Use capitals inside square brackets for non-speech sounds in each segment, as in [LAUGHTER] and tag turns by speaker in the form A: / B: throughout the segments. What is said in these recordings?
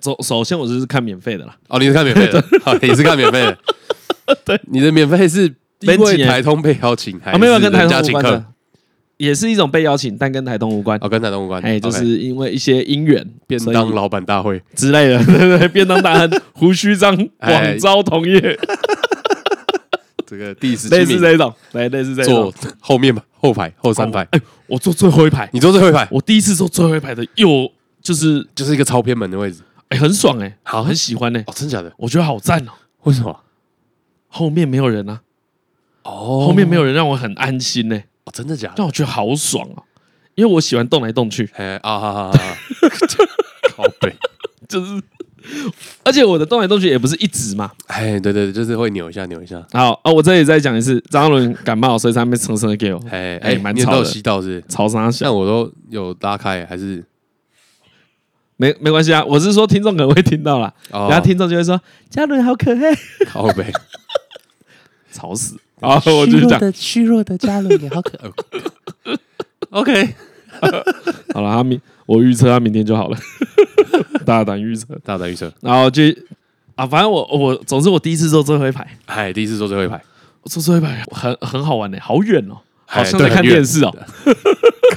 A: 首首先我就是看免费的啦，
B: 哦，你是看免费
A: [LAUGHS]
B: 的，好，你是看免费的，对，你的免费是因
A: 没
B: 为
A: 几年
B: 台通被邀请，还
A: 啊，没有
B: 哎是
A: 跟台
B: 人家
A: 东无
B: 请
A: 关
B: 客
A: 的，，也是一种被邀请，但跟台东无关。
B: 哦，跟台通无关，
A: 哎，就
B: OK
A: 是因为一些因缘，便
B: 便
A: 当
B: 当老板大会，
A: 之类的，对 [LAUGHS] 对对，便当大亨、胡须章、
B: 哎
A: 广招同
B: [LAUGHS]
A: 业，
B: 这个第十
A: 类似
B: 七名
A: 这种，对，类似这种
B: 坐。 [LAUGHS] 后面吧，后排后三排，
A: 哎，我坐最后一排，
B: 你坐最后一排，
A: 我第一次坐最后一排的，又就是
B: 就是一个超偏门的位置，
A: 哎很爽哎，
B: 好
A: 很喜欢哎，
B: 哦，真假的？
A: 我觉得好赞哦。
B: 为什么？
A: 后面没有人啊，
B: 哦
A: 后面没有人让我很安心呢，
B: 哦，真的假的？
A: 让我觉得好爽哦，因为我喜欢动来动去，
B: 哎啊哈哈哈哈，
A: [LAUGHS]
B: 靠背，
A: 就是，而且我的动来动去也不是一直嘛。
B: 哎，对对，对就是会扭一下扭一下，
A: 好啊，我这里再讲一次，张嘉伦感冒，所以他没成声的给我，
B: 哎
A: 哎
B: 哎，
A: 蛮
B: 念
A: 吵
B: 到
A: 的
B: 吸到是不是，
A: 吵啥小？
B: 但我都有拉开，还是
A: 没没关系啊，我是说听众可能会听到啦，
B: 哦
A: 然后听众就会说嘉伦好可爱，
B: 靠
A: [LAUGHS]
B: 背，
A: 吵死。
B: [LAUGHS]
A: 好，我就讲
B: 虚弱的嘉伦也好可爱。OK，
A: 好了，他明我预测他明天就好了， [LAUGHS] 大胆预测。
B: 大胆预测，
A: 然后就啊，反正我我总之我第一次坐最后一排，
B: 哎，第一次坐最后一排，
A: 我坐最后一排很很好玩呢、好远哦、好
B: 哎
A: 像
B: 对
A: 在看
B: 很远
A: 电视哦、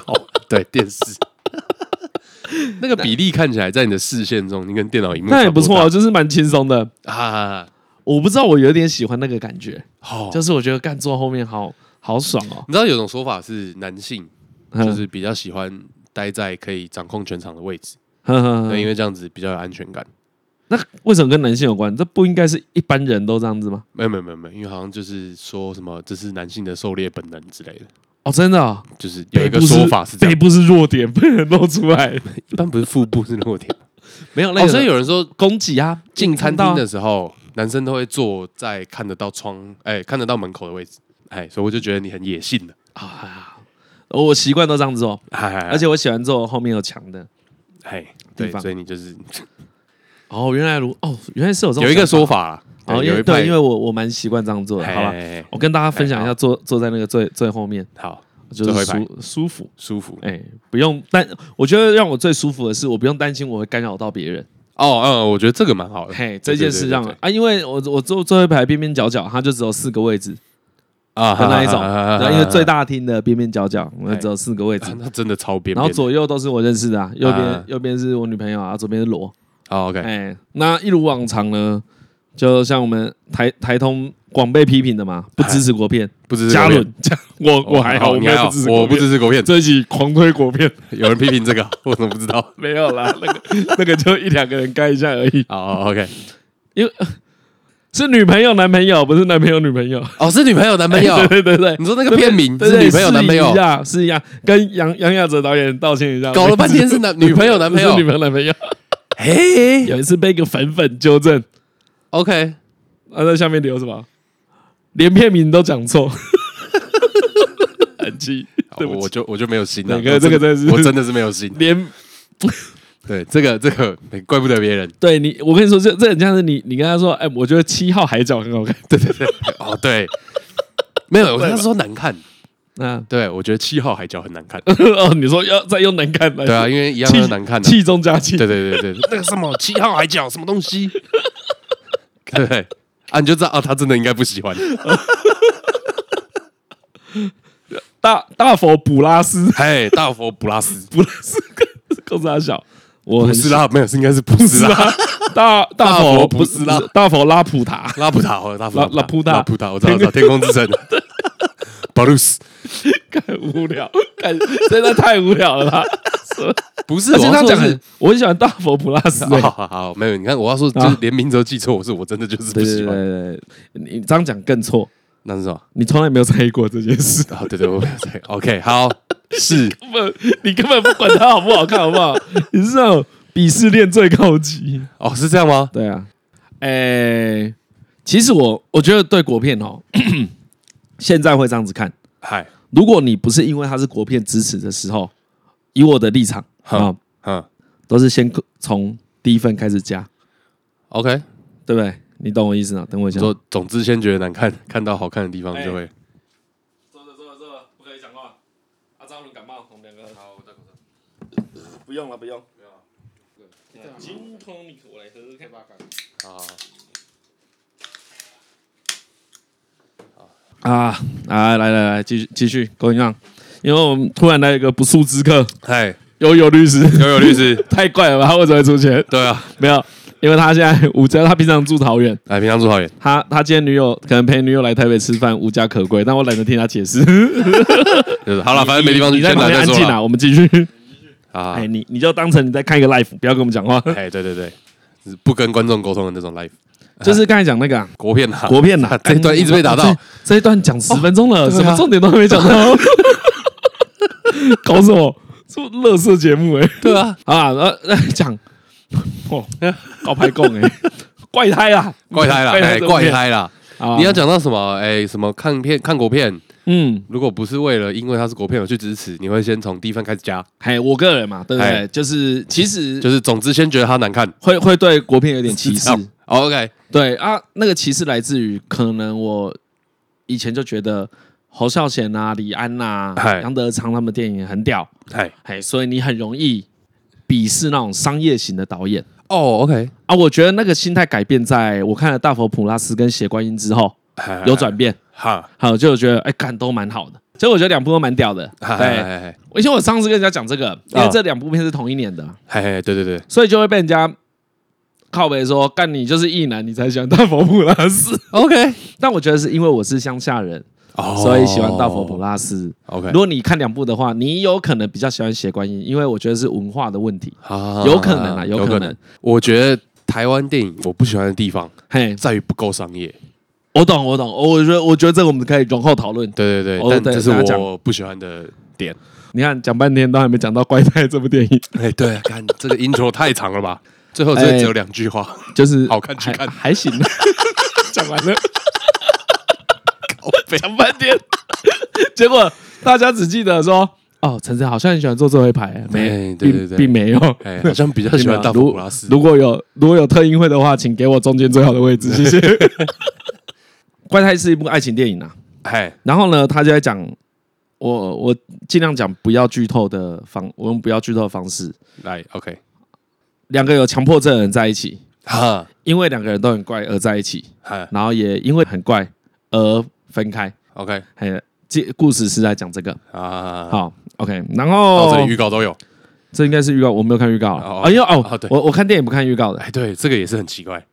B: 靠，对电视， [LAUGHS] 那个比例看起来在你的视线中，你跟电脑荧幕
A: 那也不错
B: 差
A: 哦，
B: 多
A: 就是蛮轻松的。
B: 大啊。
A: 我不知道，我有点喜欢那个感觉，
B: 好，
A: 就是我觉得干坐后面好好爽哦、
B: 你知道有种说法是男性
A: 嗯
B: 就是比较喜欢待在可以掌控全场的位置，
A: 呵呵呵
B: 对，因为这样子比较有安全感。
A: 那为什么跟男性有关？这不应该是一般人都这样子吗？
B: 没有没有没有没有，因为好像就是说什么这是男性的狩猎本能之类的，
A: 哦，真的、哦，
B: 就是有一个说法是这
A: 背
B: 样，
A: 部是弱点，被人露出来，
B: 一般不是腹部是弱点。
A: 没有那
B: 哦，
A: 个、
B: 所以有人说
A: 供给啊，
B: 进餐厅
A: 看到
B: 的时候，男生都会坐在看得到窗，哎、看得到门口的位置，哎，所以我就觉得你很野性的，
A: 啊，我习惯都这样做，
B: 哎，
A: 而且我喜欢做后面有墙的。
B: 哎，
A: 地
B: 对，
A: 方
B: 所以你就是
A: 哦，原来如哦，原来是有这种
B: 有一个说
A: 法。
B: 法啦，
A: 哦，因
B: 有
A: 为
B: 一
A: 对，
B: 派
A: 因为我我蛮习惯这样做的，好吧。
B: 哎
A: 我跟大家分享一
B: 哎
A: 下，
B: 好
A: 坐坐在那个最最后面，
B: 好
A: 就
B: 最后
A: 是
B: 一排
A: 舒舒服，
B: 舒服
A: 哎，不用担。我觉得让我最舒服的是，我不用担心我会干扰到别人。
B: 哦，嗯，我觉得这个蛮好的，
A: 嘿，这
B: 对
A: 件事让
B: 对对
A: 啊，因为我我坐最后一排边边角角，它就只有四个位置的
B: 啊
A: 那一种，
B: 哈哈哈哈哈哈
A: 然后因为最大厅的边边角角，那
B: 哎
A: 只有四个位置
B: 啊，那真的超边边的，
A: 然后左右都是我认识的啊，右边
B: 啊
A: 右边是我女朋友啊，左边是罗。
B: 哦，OK，
A: 哎、那一如往常呢，就像我们台台通广被批评的嘛，不支持国片，
B: 不支持
A: 嘉
B: 狗片
A: 伦，嘉我
B: 哦
A: 我还好，
B: 哦
A: 我
B: 你
A: 没
B: 还
A: 有
B: 好
A: 不支持，
B: 我不
A: 是
B: 支持狗片，
A: 这一集狂推国片，
B: 有人批评这个，我怎么不知道？
A: 没有啦，那个那个就一两个人盖一下而已，
B: 哦，OK，
A: 是女朋友男朋友，不是男朋友女朋友，
B: 哦，是女朋友男朋友，
A: 对对对
B: 你说那个片名
A: 对，
B: 是
A: 对
B: 女朋友男朋
A: 是
B: 友
A: 一，样是一样，跟杨杨亚哲导演道歉一下， [LAUGHS]
B: 搞了半天是男女朋友男
A: 不
B: 朋
A: 是
B: 友
A: 女，朋友男朋友，
B: 嘿
A: 有一次被一个粉粉纠正，
B: ，OK，
A: 啊，在下面留什么？连片名都讲错， [LAUGHS] 很气，对
B: 我
A: 不
B: 我
A: 起，
B: 就我就没有心了。
A: 哪个
B: 我
A: 这个真的是
B: 我真的是没有心。
A: 连
B: 对，这个这个怪不得别人。
A: 对你，我跟你说，这这很像是你，你跟他说，哎，我觉得七号海角很好看， [LAUGHS]
B: 对对对， [LAUGHS] 哦对，没有，我是说难看。
A: 那 [LAUGHS]
B: 对，我觉得七号海角很难看。
A: 哦，你说要再用难看来，
B: [LAUGHS] 对 [LAUGHS] 啊，因为一样
A: 气
B: 都难看的。
A: 气中加气，
B: 对对对对， [LAUGHS] 那个什么七号海角什么东西？对不 [LAUGHS] 对啊，你就知道啊，他真的应该不喜欢。
A: 大大佛普拉斯，
B: 嘿，大佛普拉斯，
A: 普拉斯 [LAUGHS] 更更小，我
B: 普
A: 很
B: 斯拉没有，是应该是普斯拉，
A: 大大
B: 大
A: 佛
B: 佛
A: 不
B: 普
A: 是
B: 斯拉
A: 大佛拉普塔，
B: 拉普塔，哦拉普
A: 拉拉普塔
B: 拉普塔，我知道，我知道，天空之城， [LAUGHS] 巴鲁斯，
A: 很无聊，看真的太无聊了啦。是
B: 不是，
A: 而且
B: 我要
A: 他
B: 说
A: 讲
B: 的是
A: 很，我很喜欢大佛普拉斯、
B: 啊好
A: 欸，
B: 好好，没有，你看我要说就是连名字都记错，我是我真的就是不
A: 对对
B: 喜
A: 对
B: 欢。
A: 对，对你这样讲更错，
B: 那是什么？
A: 你从来没有在意过这件事，
B: 哦，对对，我 OK，好， [LAUGHS] 是
A: 根本你根本不管它好不好看，好不好？你是那种鄙视链最高级。
B: 哦，是这样吗？
A: 对啊，诶、其实我我觉得对国片哦，现在会这样子看。
B: 嗨，
A: 如果你不是因为它是国片支持的时候，以我的立场啊、
B: 好嗯
A: 都是先从低分开始加，
B: ，OK，啊
A: 对不对？你懂我意思吗？啊等我一下。
B: 你说，总之先觉得难看， [LAUGHS] 看到好看的地方就会。
A: 坐着坐着坐着，不可以讲话。阿张伦感冒，我们两个。好，我戴口罩。不用了，不用。
C: 金 tonic 我来喝喝看。
B: 啊，
A: 啊啊！来来来，继续继续，郭先生，因为我们突然来一个不速之客，
B: 嗨，
A: 悠悠律师，，
B: [LAUGHS] 悠悠律师
A: 太怪了吧？他为什么会出钱？
B: 对啊，
A: 没有，因为他现在吴家，他平常住桃园，
B: 哎，平常住好远，
A: 他他今天女友可能陪女友来台北吃饭，无家可归，但我懒得听他解释。
B: 就是好了，反 [LAUGHS] 正没地方去，
A: 你在
B: 先
A: 旁
B: 来
A: 边
B: 再
A: 安
B: 说
A: 静
B: 了
A: 啊，我们继续。 [LAUGHS]
B: 啊
A: 哎，，你你就当成你在看一个 live，不要跟我们
B: [LAUGHS]
A: 讲话。
B: 哎，对对对，就是不跟观众沟通的那种 live
A: 就是刚才讲那个啊
B: 国哎片啊，，
A: 国片呐
B: [LAUGHS]
A: 哎
B: 这一段一直被打到
A: 这，这一段讲十分钟了，
B: 对啊
A: 什么重点都还没讲
B: [LAUGHS]
A: 到，搞什么？这么乐色节目哎、
B: 对啊，
A: 欸！啊，呃，那讲哦，高排供
B: [LAUGHS]
A: 哎，怪胎啦，
B: 怪胎啦，哎，
A: 这部
B: 怪
A: 片！
B: 胎啦，
A: 啊
B: 你要讲到什么？哎，什么看片看国片，
A: 嗯，
B: 如果不是为了因为它是国片而去支持，你会先从第一份开始加，
A: 嘿，我个人嘛，对不对
B: 哎？
A: 就是其实
B: 就是总之先觉得它难看，
A: 会会对国片有点歧视
B: 哦，哦 OK，
A: 对啊，那个歧视来自于可能我以前就觉得侯孝贤啊、李安呐、
B: 嗨
A: 杨德昌他们电影很屌，
B: 哎，
A: 哎，所以你很容易鄙视那种商业型的导演
B: 哦 OK，
A: 啊。我觉得那个心态改变，在我看了《大佛普拉斯》跟《血观音》之后
B: 哎
A: 有转变，
B: 哈，
A: 好，就我觉得哎，感都蛮好的。所以我觉得两部都蛮屌的，哦
B: 哎
A: 对。
B: 哎哎
A: 而且我上次跟人家讲这个，因为
B: 嗯
A: 这两部片是同一年的，
B: 哎哎，对对对，
A: 所以就会被人家靠北说，干你就是异男，你才喜欢大佛普拉斯。
B: OK，
A: 但我觉得是因为我是乡下人，
B: 哦
A: 所以喜欢大佛普拉斯。
B: OK，
A: 如果你看两部的话，你有可能比较喜欢血观音，因为我觉得是文化的问题。
B: 啊
A: 有可能啊有可能。
B: 我觉得台湾电影我不喜欢的地方
A: 嘿，
B: 在于不够商业。
A: 我懂，我懂，我觉得我觉得这个我们可以容后讨论。
B: 对对
A: 哦
B: 对，但
A: 对
B: 这是
A: 大家讲
B: 我不喜欢的点。
A: 你看讲半天都还没讲到《怪胎》这部电影，
B: 哎，对，看这个 intro 太长了吧？最后这只有两句话，
A: 就是
B: 好看去
A: 还
B: 看
A: 还
B: [LAUGHS]
A: 行，讲完了， [LAUGHS] 讲半天，结果大家只记得说哦，陈晨好像很喜欢坐最后一排，没，
B: 哎对对对
A: 并并没有。 [LAUGHS]
B: 哎，好像比较喜欢大佛普拉斯。
A: 如果有如果有特映会的话，请给我中间最好的 [LAUGHS] 位置，谢谢。怪胎是一部爱情电影啊，
B: 哎，
A: 然后呢，他就在讲我我尽量讲不要剧透的方，我用不要剧透的方式。
B: 来，OK，
A: 两个有强迫症的人在一起，
B: 哈，
A: 因为两个人都很怪而在一起，
B: 哎
A: 然后也因为很怪而分开。
B: ，OK
A: 嘿，这故事是在讲这个。
B: 啊，
A: 好，OK，然
B: 到这
A: 后
B: 里预告都有。
A: 这应该是预告，我没有看预告
B: 哦
A: 啊，哎呦哦
B: 哦对，
A: 我我看电影不看预告的，
B: 哎，对，这个也是很奇怪。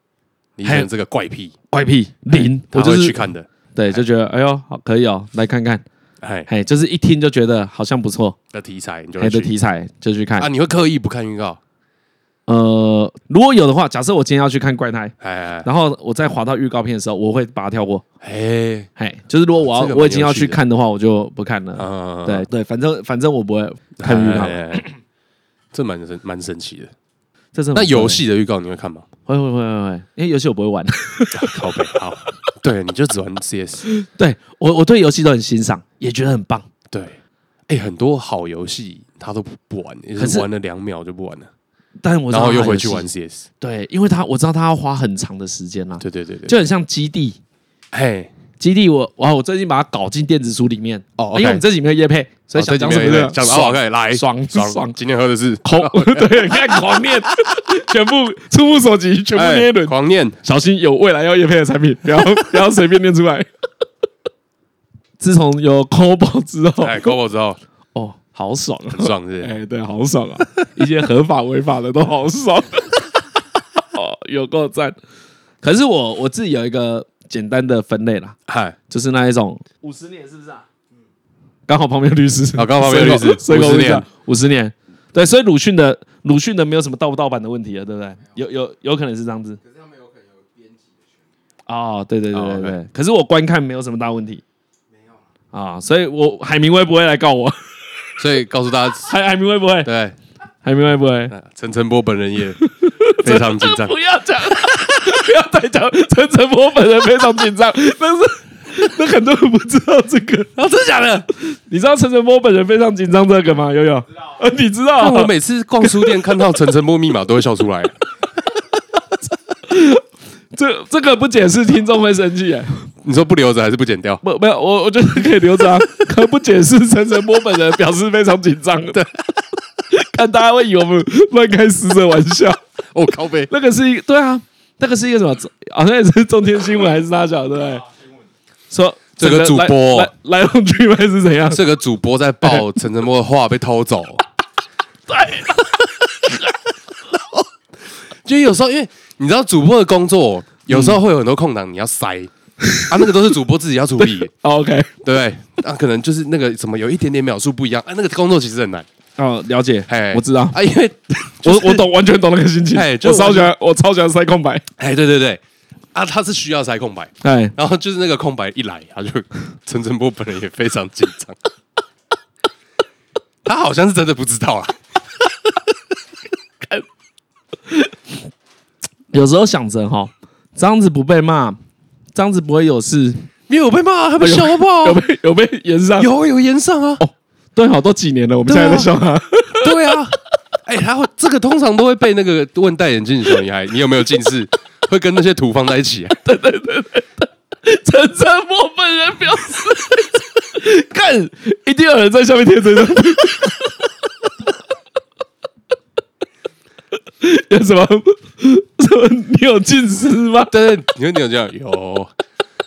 B: 你选这个怪癖，
A: 怪癖零，我
B: 哎他
A: 就
B: 会去
A: 是
B: 看的。
A: 对就觉得哎呦好可以哦，来看看，
B: 哎，
A: 嘿，就是一听就觉得好像不错，
B: 的题材你就
A: 嘿
B: 会
A: 哎的
B: 去
A: 题材就去
B: 啊，
A: 看。
B: 你会刻意不看预告？
A: 呃，如果有的话，假设我今天要去看怪胎，
B: 哎
A: 然后我再滑到预告片的时候，我会把它跳过。
B: 哎，
A: 嘿，就是如果我
B: 这个
A: 要
B: 蛮
A: 我已经要
B: 有趣
A: 去
B: 的
A: 看的话，我就不看了。
B: 嗯，
A: 对对，反正反正我不会看预告，
B: 哎哎哎这蛮神蛮神奇的。
A: 这是
B: 那游戏的预告你会看
A: [LAUGHS]
B: 吗？
A: 会会会会会，因为游戏我不会玩。 [LAUGHS]
B: 靠背好，对，你就只玩 CS。
A: 对我我对游戏都很欣赏，也觉得很棒。
B: 对，哎，很多好游戏他都不不玩，也
A: 可
B: 是
A: 是
B: 玩了两秒就不玩了，
A: 但我知
B: 然
A: 道
B: 后
A: 它
B: 又
A: 有
B: 回去
A: 游戏
B: 玩 CS。
A: 对，因为他我知道他要花很长的时间啦，
B: 对对对对，
A: 就很像基地。
B: 嘿，
A: 基地我哇，我最近把它搞进电子书里面哎
B: 哦
A: 因为我们这几没有叶配，所以
B: 哦这
A: 想
B: 里
A: 讲
B: 面
A: 什么
B: 有一
A: 就
B: 个讲
A: 爽
B: 哦，OK，来
A: 爽爽
B: 爽，今天喝的是
A: 狂 [LAUGHS] 对，看狂念， [LAUGHS] 全部触目所及，全部
B: 哎
A: 念一轮，
B: 狂念，
A: 小心有未来要叶配的产品，不要不要随便念出
B: [LAUGHS]
A: 来。自从有 c o b o 之后，
B: 哎 c o b o 之后
A: 哦，好爽啊！
B: [LAUGHS] 很爽是不是，
A: 哎，对，好爽啊！一些合法违法的都好爽， [LAUGHS] 哦，有够赞。可是我我自己有一个简单的分类啦，
B: 嗨，
A: 就是那一种五十年是不是啊？刚好旁边有律师，
B: 哦刚好旁边有律师
A: 所以我
B: 50
A: 问一
B: 年
A: 下，五十年，对，所以鲁迅的鲁迅的没有什么盗不盗版的问题了，对不对？有有有可能是这样子，可是他们有可能有编辑的权利。哦，对对对
B: 哦
A: 对
B: ，OK
A: 对，可是我观看没有什么大问题，没有啊，所以我海明威不会来告
B: [LAUGHS]
A: 我，
B: 所以告诉大家，
A: 海海明威不会，
B: 对，
A: 海明威不会，
B: 呃陈晨波本人 [LAUGHS] 也非常紧张，
A: 不要讲， [LAUGHS] 不要再讲。陈晨波本人非常紧张，但是那很多人不知道这个。啊，真的假的？你知道陈晨波本人非常紧张这个吗？悠悠，呃，你知道？
B: 但我每次逛书店看到陈晨波密码都会笑出来。
A: 这这个不解释，听众会生 [LAUGHS] 气哎。
B: 你说不留着还是不剪掉？
A: 不，没有，我我觉得可以留着啊。可不解释，陈晨波本人表示非常紧张。对， [LAUGHS] 看大家会以为我们乱开死者玩笑。
B: [LAUGHS] 哦，靠背，
A: 那个是一个对啊，那个是一个什么？好像也是中天新闻还是哪小对不对？说
B: 啊这个主播
A: 来来来龙去脉是怎样？
B: 这个主播在报陈晨波的话被偷走。对，就有时候因为你知道主播的工作，有时候会有很多空档你要塞啊，那个都是主播自己要处理， [LAUGHS]
A: 哦 OK，
B: 对不对？啊，可能就是那个什么有一点点秒数不一样，啊，那个工作其实很难。
A: 哦，了解
B: 哎，，
A: 我知道，
B: 啊，因 [LAUGHS] 为
A: 我我，懂，完全懂那个心情。
B: 哎就
A: 我超喜欢，我超喜欢塞空白。
B: 哎，对对对，啊，他是需要塞空白，
A: 哎，
B: 然后就是那个空白一来，他就陈晨波本人也非常紧 [LAUGHS] 张，他好像是真的不知道啊。
A: 有时候想着哈，这样子不被骂，这样子不会有事，
B: 没有被骂，他被笑好不好？
A: 有被有被延上。
B: 有啊有延上啊，
A: 对，好多几年了，我们现在在笑他。
B: 对啊，哎，他会这个通常都会被那个问戴眼镜的小女孩，你有没有近视？会跟那些土放在一起啊？
A: 陈晨波本人表示， [LAUGHS] 看，一定有人在下面贴这张。有什么？什么？你有近视吗？
B: 对对，你会你有这样有，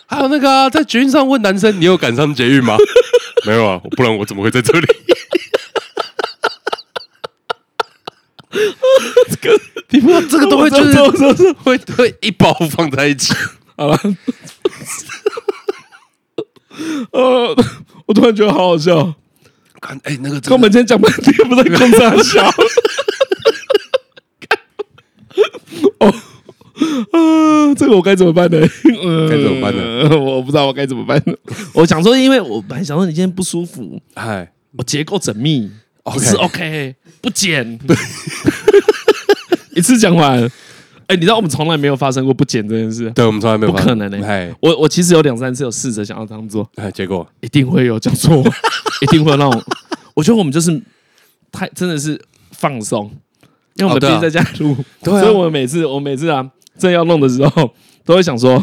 B: 还有那个、啊、在捷运上问男生，你有赶上捷运吗？ [LAUGHS] 没有啊，不然我怎么会在这里？
A: 你不
B: 这个都会 [LAUGHS] 就是
A: 我知道我知道
B: 会会一包放在一起，
A: 好 [LAUGHS] 了。呃，我突然觉得好好笑，
B: 看哎、那个
A: 跟
B: 真
A: 我
B: 的
A: 们今天讲半天不在公差笑。 [LAUGHS] 哦，啊，这个我该怎么办呢？呃
B: 该怎么办呢？
A: 我不知道我该怎么办。我想说，因为我本来想说你今天不舒服，
B: 哎，
A: 我结构缜密
B: OK
A: 是 OK，不剪， [LAUGHS] 一次讲完。哎、你知道我们从来没有发生过不剪这件事，
B: 对我们从来没有
A: 不
B: 发
A: 可能的、
B: 哎
A: 我我其实有两三次有试着想要这样做，
B: 哎，结果
A: 一定会有讲错，
B: [LAUGHS]
A: 一定会有那种。我觉得我们就是太真的是放松，因为我们毕
B: 哦对啊
A: 竟在家录，
B: 对啊
A: 所以我们每次我每次啊正要弄的时候，都会想说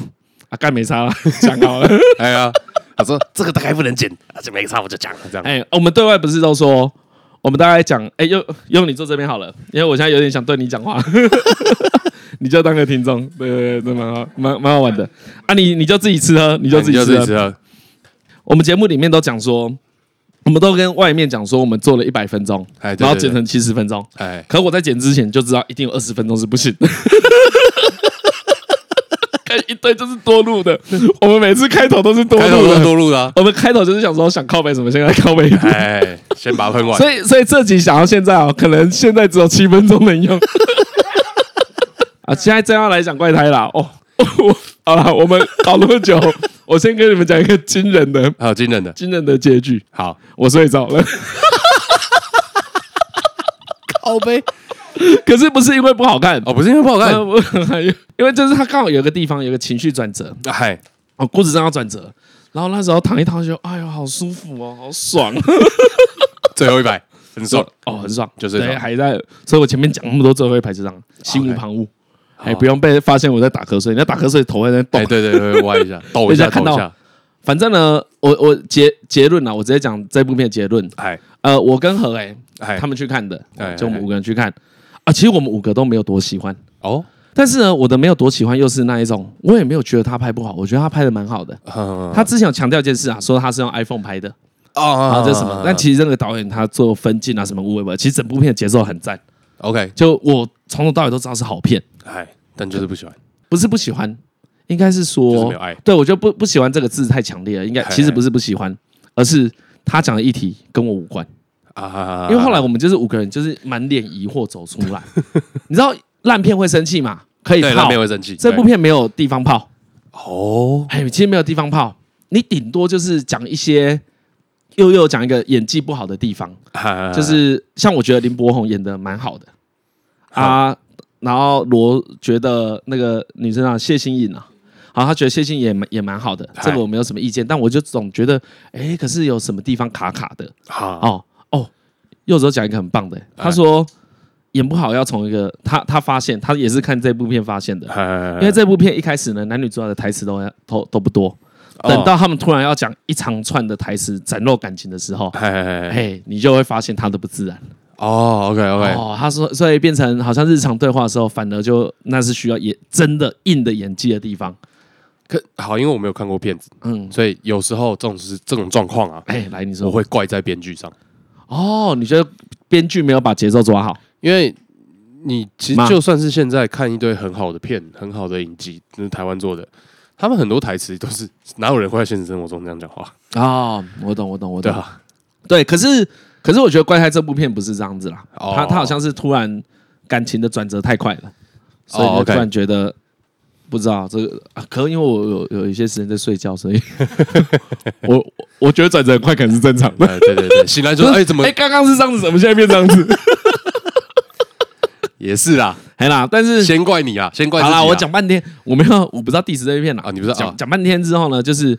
A: 啊，干没差了， [LAUGHS] 讲好
B: [LAUGHS]
A: 了。
B: 哎呀，他说这个大概不能剪，啊，这没差我就讲了这样。
A: 哎、我们对外不是都说，我们大概讲，哎、用用你坐这边好了，因为我现在有点想对你讲
B: [LAUGHS]
A: 话，你就当个听众，对对对，这蛮好，蛮蛮好玩的啊你。你就自己吃喝，你就自己
B: 啊你
A: 吃喝。
B: 吃啊，
A: 我们节目里面都讲说，我们都跟外面讲说，我们做了一百分钟，
B: 哎对
A: 然后
B: 对
A: 剪
B: 对
A: 成七十分钟。
B: 哎，
A: 可我在剪之前就知道，一定有二十分钟是不
B: [LAUGHS]
A: 行的。看一堆就是多录的，我们每次开头都是多
B: 开头
A: 录
B: 都
A: 的。
B: 多录了啊，
A: 我们开头就是想说想靠背什么，先来靠背一点。
B: [LAUGHS] 哎，先把它喷完。
A: 所以，所以这集想要现在哦，可能现在只有七分钟能用。 [LAUGHS] 啊，现在正要来讲怪胎啦，哦， [LAUGHS] 我好了，我们搞那么久，我先跟你们讲一个惊人的、
B: 还有惊人的，
A: 惊人的结局，
B: 好，
A: 我睡着了。
B: 靠背
A: [LAUGHS] 可是不是因为不好看，
B: 哦，不是因为不好
A: [LAUGHS]
B: 看，
A: 呃不因为就是他刚好有个地方有个情绪转折，
B: 哎，
A: 哦，故事正要转折，然后那时候躺一躺就，哎呦，好舒服哦，好 [LAUGHS] 爽，
B: 最后一排很爽
A: 哦，， [LAUGHS] 哦，很爽，
B: 就睡着
A: 对，还在，所以我前面讲那么多最后一排就这样，心无
B: OK
A: 旁骛。哎，不用被发现我在打瞌睡，你在打瞌睡头还在动
B: 哎，。对对对，歪一下， [LAUGHS] 抖一
A: 被人家
B: 下，
A: 看
B: 抖
A: 到
B: 一下，
A: 反正呢，我我结结论啊，我直接讲这部片的结论。
B: 哎
A: 呃，我跟何哎
B: 哎，
A: 他们去看的
B: 哎，
A: 就我们五个人去看啊。其实我们五个都没有多喜欢，
B: 哦，
A: 但是呢，我的没有多喜欢又是那一种，我也没有觉得他拍不好，我觉得他拍的蛮
B: [LAUGHS]
A: 好的。
B: 他
A: 他之前有强调一件事啊，说他是用 iPhone 拍的
B: 啊
A: 啊，这是什么？但其实这个导演他做分镜啊，什么无为吧，其实整部片的节奏很赞。
B: OK，
A: 就我从头到尾都知道是好片，
B: 哎，但就是不喜欢，
A: 不是不喜欢，应该是
B: 就是
A: 说
B: 没有爱
A: 对我就不不喜欢这个字太强烈了，应该
B: 嘿
A: 其实不是不喜欢，而是他讲的议题跟我无关。
B: 啊，
A: 因为后来我们就是五个人，就是满脸疑惑走出来。你知道烂片会生气嘛？可以
B: 对他
A: 泡
B: 没，有生气，
A: 这部
B: 对
A: 片没有地方泡，
B: 哦，
A: 哎，其实没有地方泡，你顶多就是讲一些。又又讲一个演技不好的地方，
B: 啊
A: 就是像我觉得林柏宏演的蛮好的啊，然后罗觉得那个女生啊谢欣颖啊，好，他觉得谢欣颖也蛮也蛮好的，这个我没有什么意见，但我就总觉得，哎，可是有什么地方卡卡的
B: 好，
A: 哦哦，右手讲一个很棒的，他
B: 哎
A: 说演不好要从一个他他发现他也是看这部片发现的，
B: 因
A: 因为这部片一开始呢男女主角的台词都都都不多，等到他们突然要讲一长串的台词展露感情的时候，
B: 哎
A: 哎，你就会发现他的不自然。
B: 哦，OK OK，
A: 哦，他说，所以变成好像日常对话的时候，反而就那是需要演真的硬的演技的地方。
B: 可好，因为我没有看过片子，
A: 嗯，
B: 所以有时候这种是这种状况啊，
A: 哎，来你说，
B: 我会怪在编剧上，
A: 哦，你觉得编剧没有把节奏抓好？
B: 因为你其
A: 妈
B: 实就算是现在看一堆很好的片、很好的影集，就是台湾做的，他们很多台词都是哪有人会在现实生活中这样讲话？
A: 哦，我懂，我懂，我
B: 对
A: 懂。
B: 啊，
A: 对，可是可是我觉得《怪胎》这部片不是这样子啦，
B: 哦
A: 他他好像是突然感情的转折太快了，所以
B: 哦
A: 就突
B: ，OK
A: 然觉得、不知道这个、啊，可能因为我有有一些时间在睡觉，所
B: [LAUGHS]
A: 以我我我觉得转折很快可能是正常的。
B: 哎对对对，醒来就说 [LAUGHS] 哎怎
A: [LAUGHS]
B: 么
A: 哎，刚刚是这样子，怎么现在变这样
B: [LAUGHS]
A: 子？
B: 也是啦，
A: 哎啦，但是
B: 先怪你啊，先怪
A: 好
B: 自
A: 啦，
B: 己啊
A: 我讲半天，我没有，我不知道 diss 这一片啦。
B: 啊你不知道啊
A: 讲讲半天之后呢，就是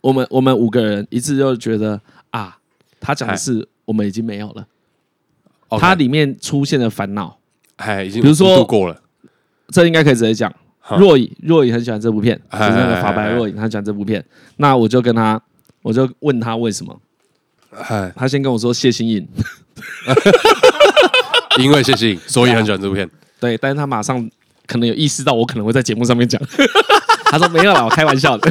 A: 我们我们五个人一致就觉得啊，他讲的是我们已经没有了，
B: OK，
A: 它里面出现的烦恼，
B: 哎已经
A: 比如说
B: 我度过了，
A: 这应该可以直接讲。
B: 哈
A: 若隐若隐很喜欢这部片，就
B: 哎
A: 是那个法白若隐，他喜欢这部片。那我就跟他，我就问他为什么，
B: 哎，
A: 他先跟我说谢欣颖，
B: 因为谢欣，所以很喜欢这部片。
A: 对，但是他马上可能有意识到我可能会在节目上面讲， [LAUGHS] 他说没有啦，我开玩笑的。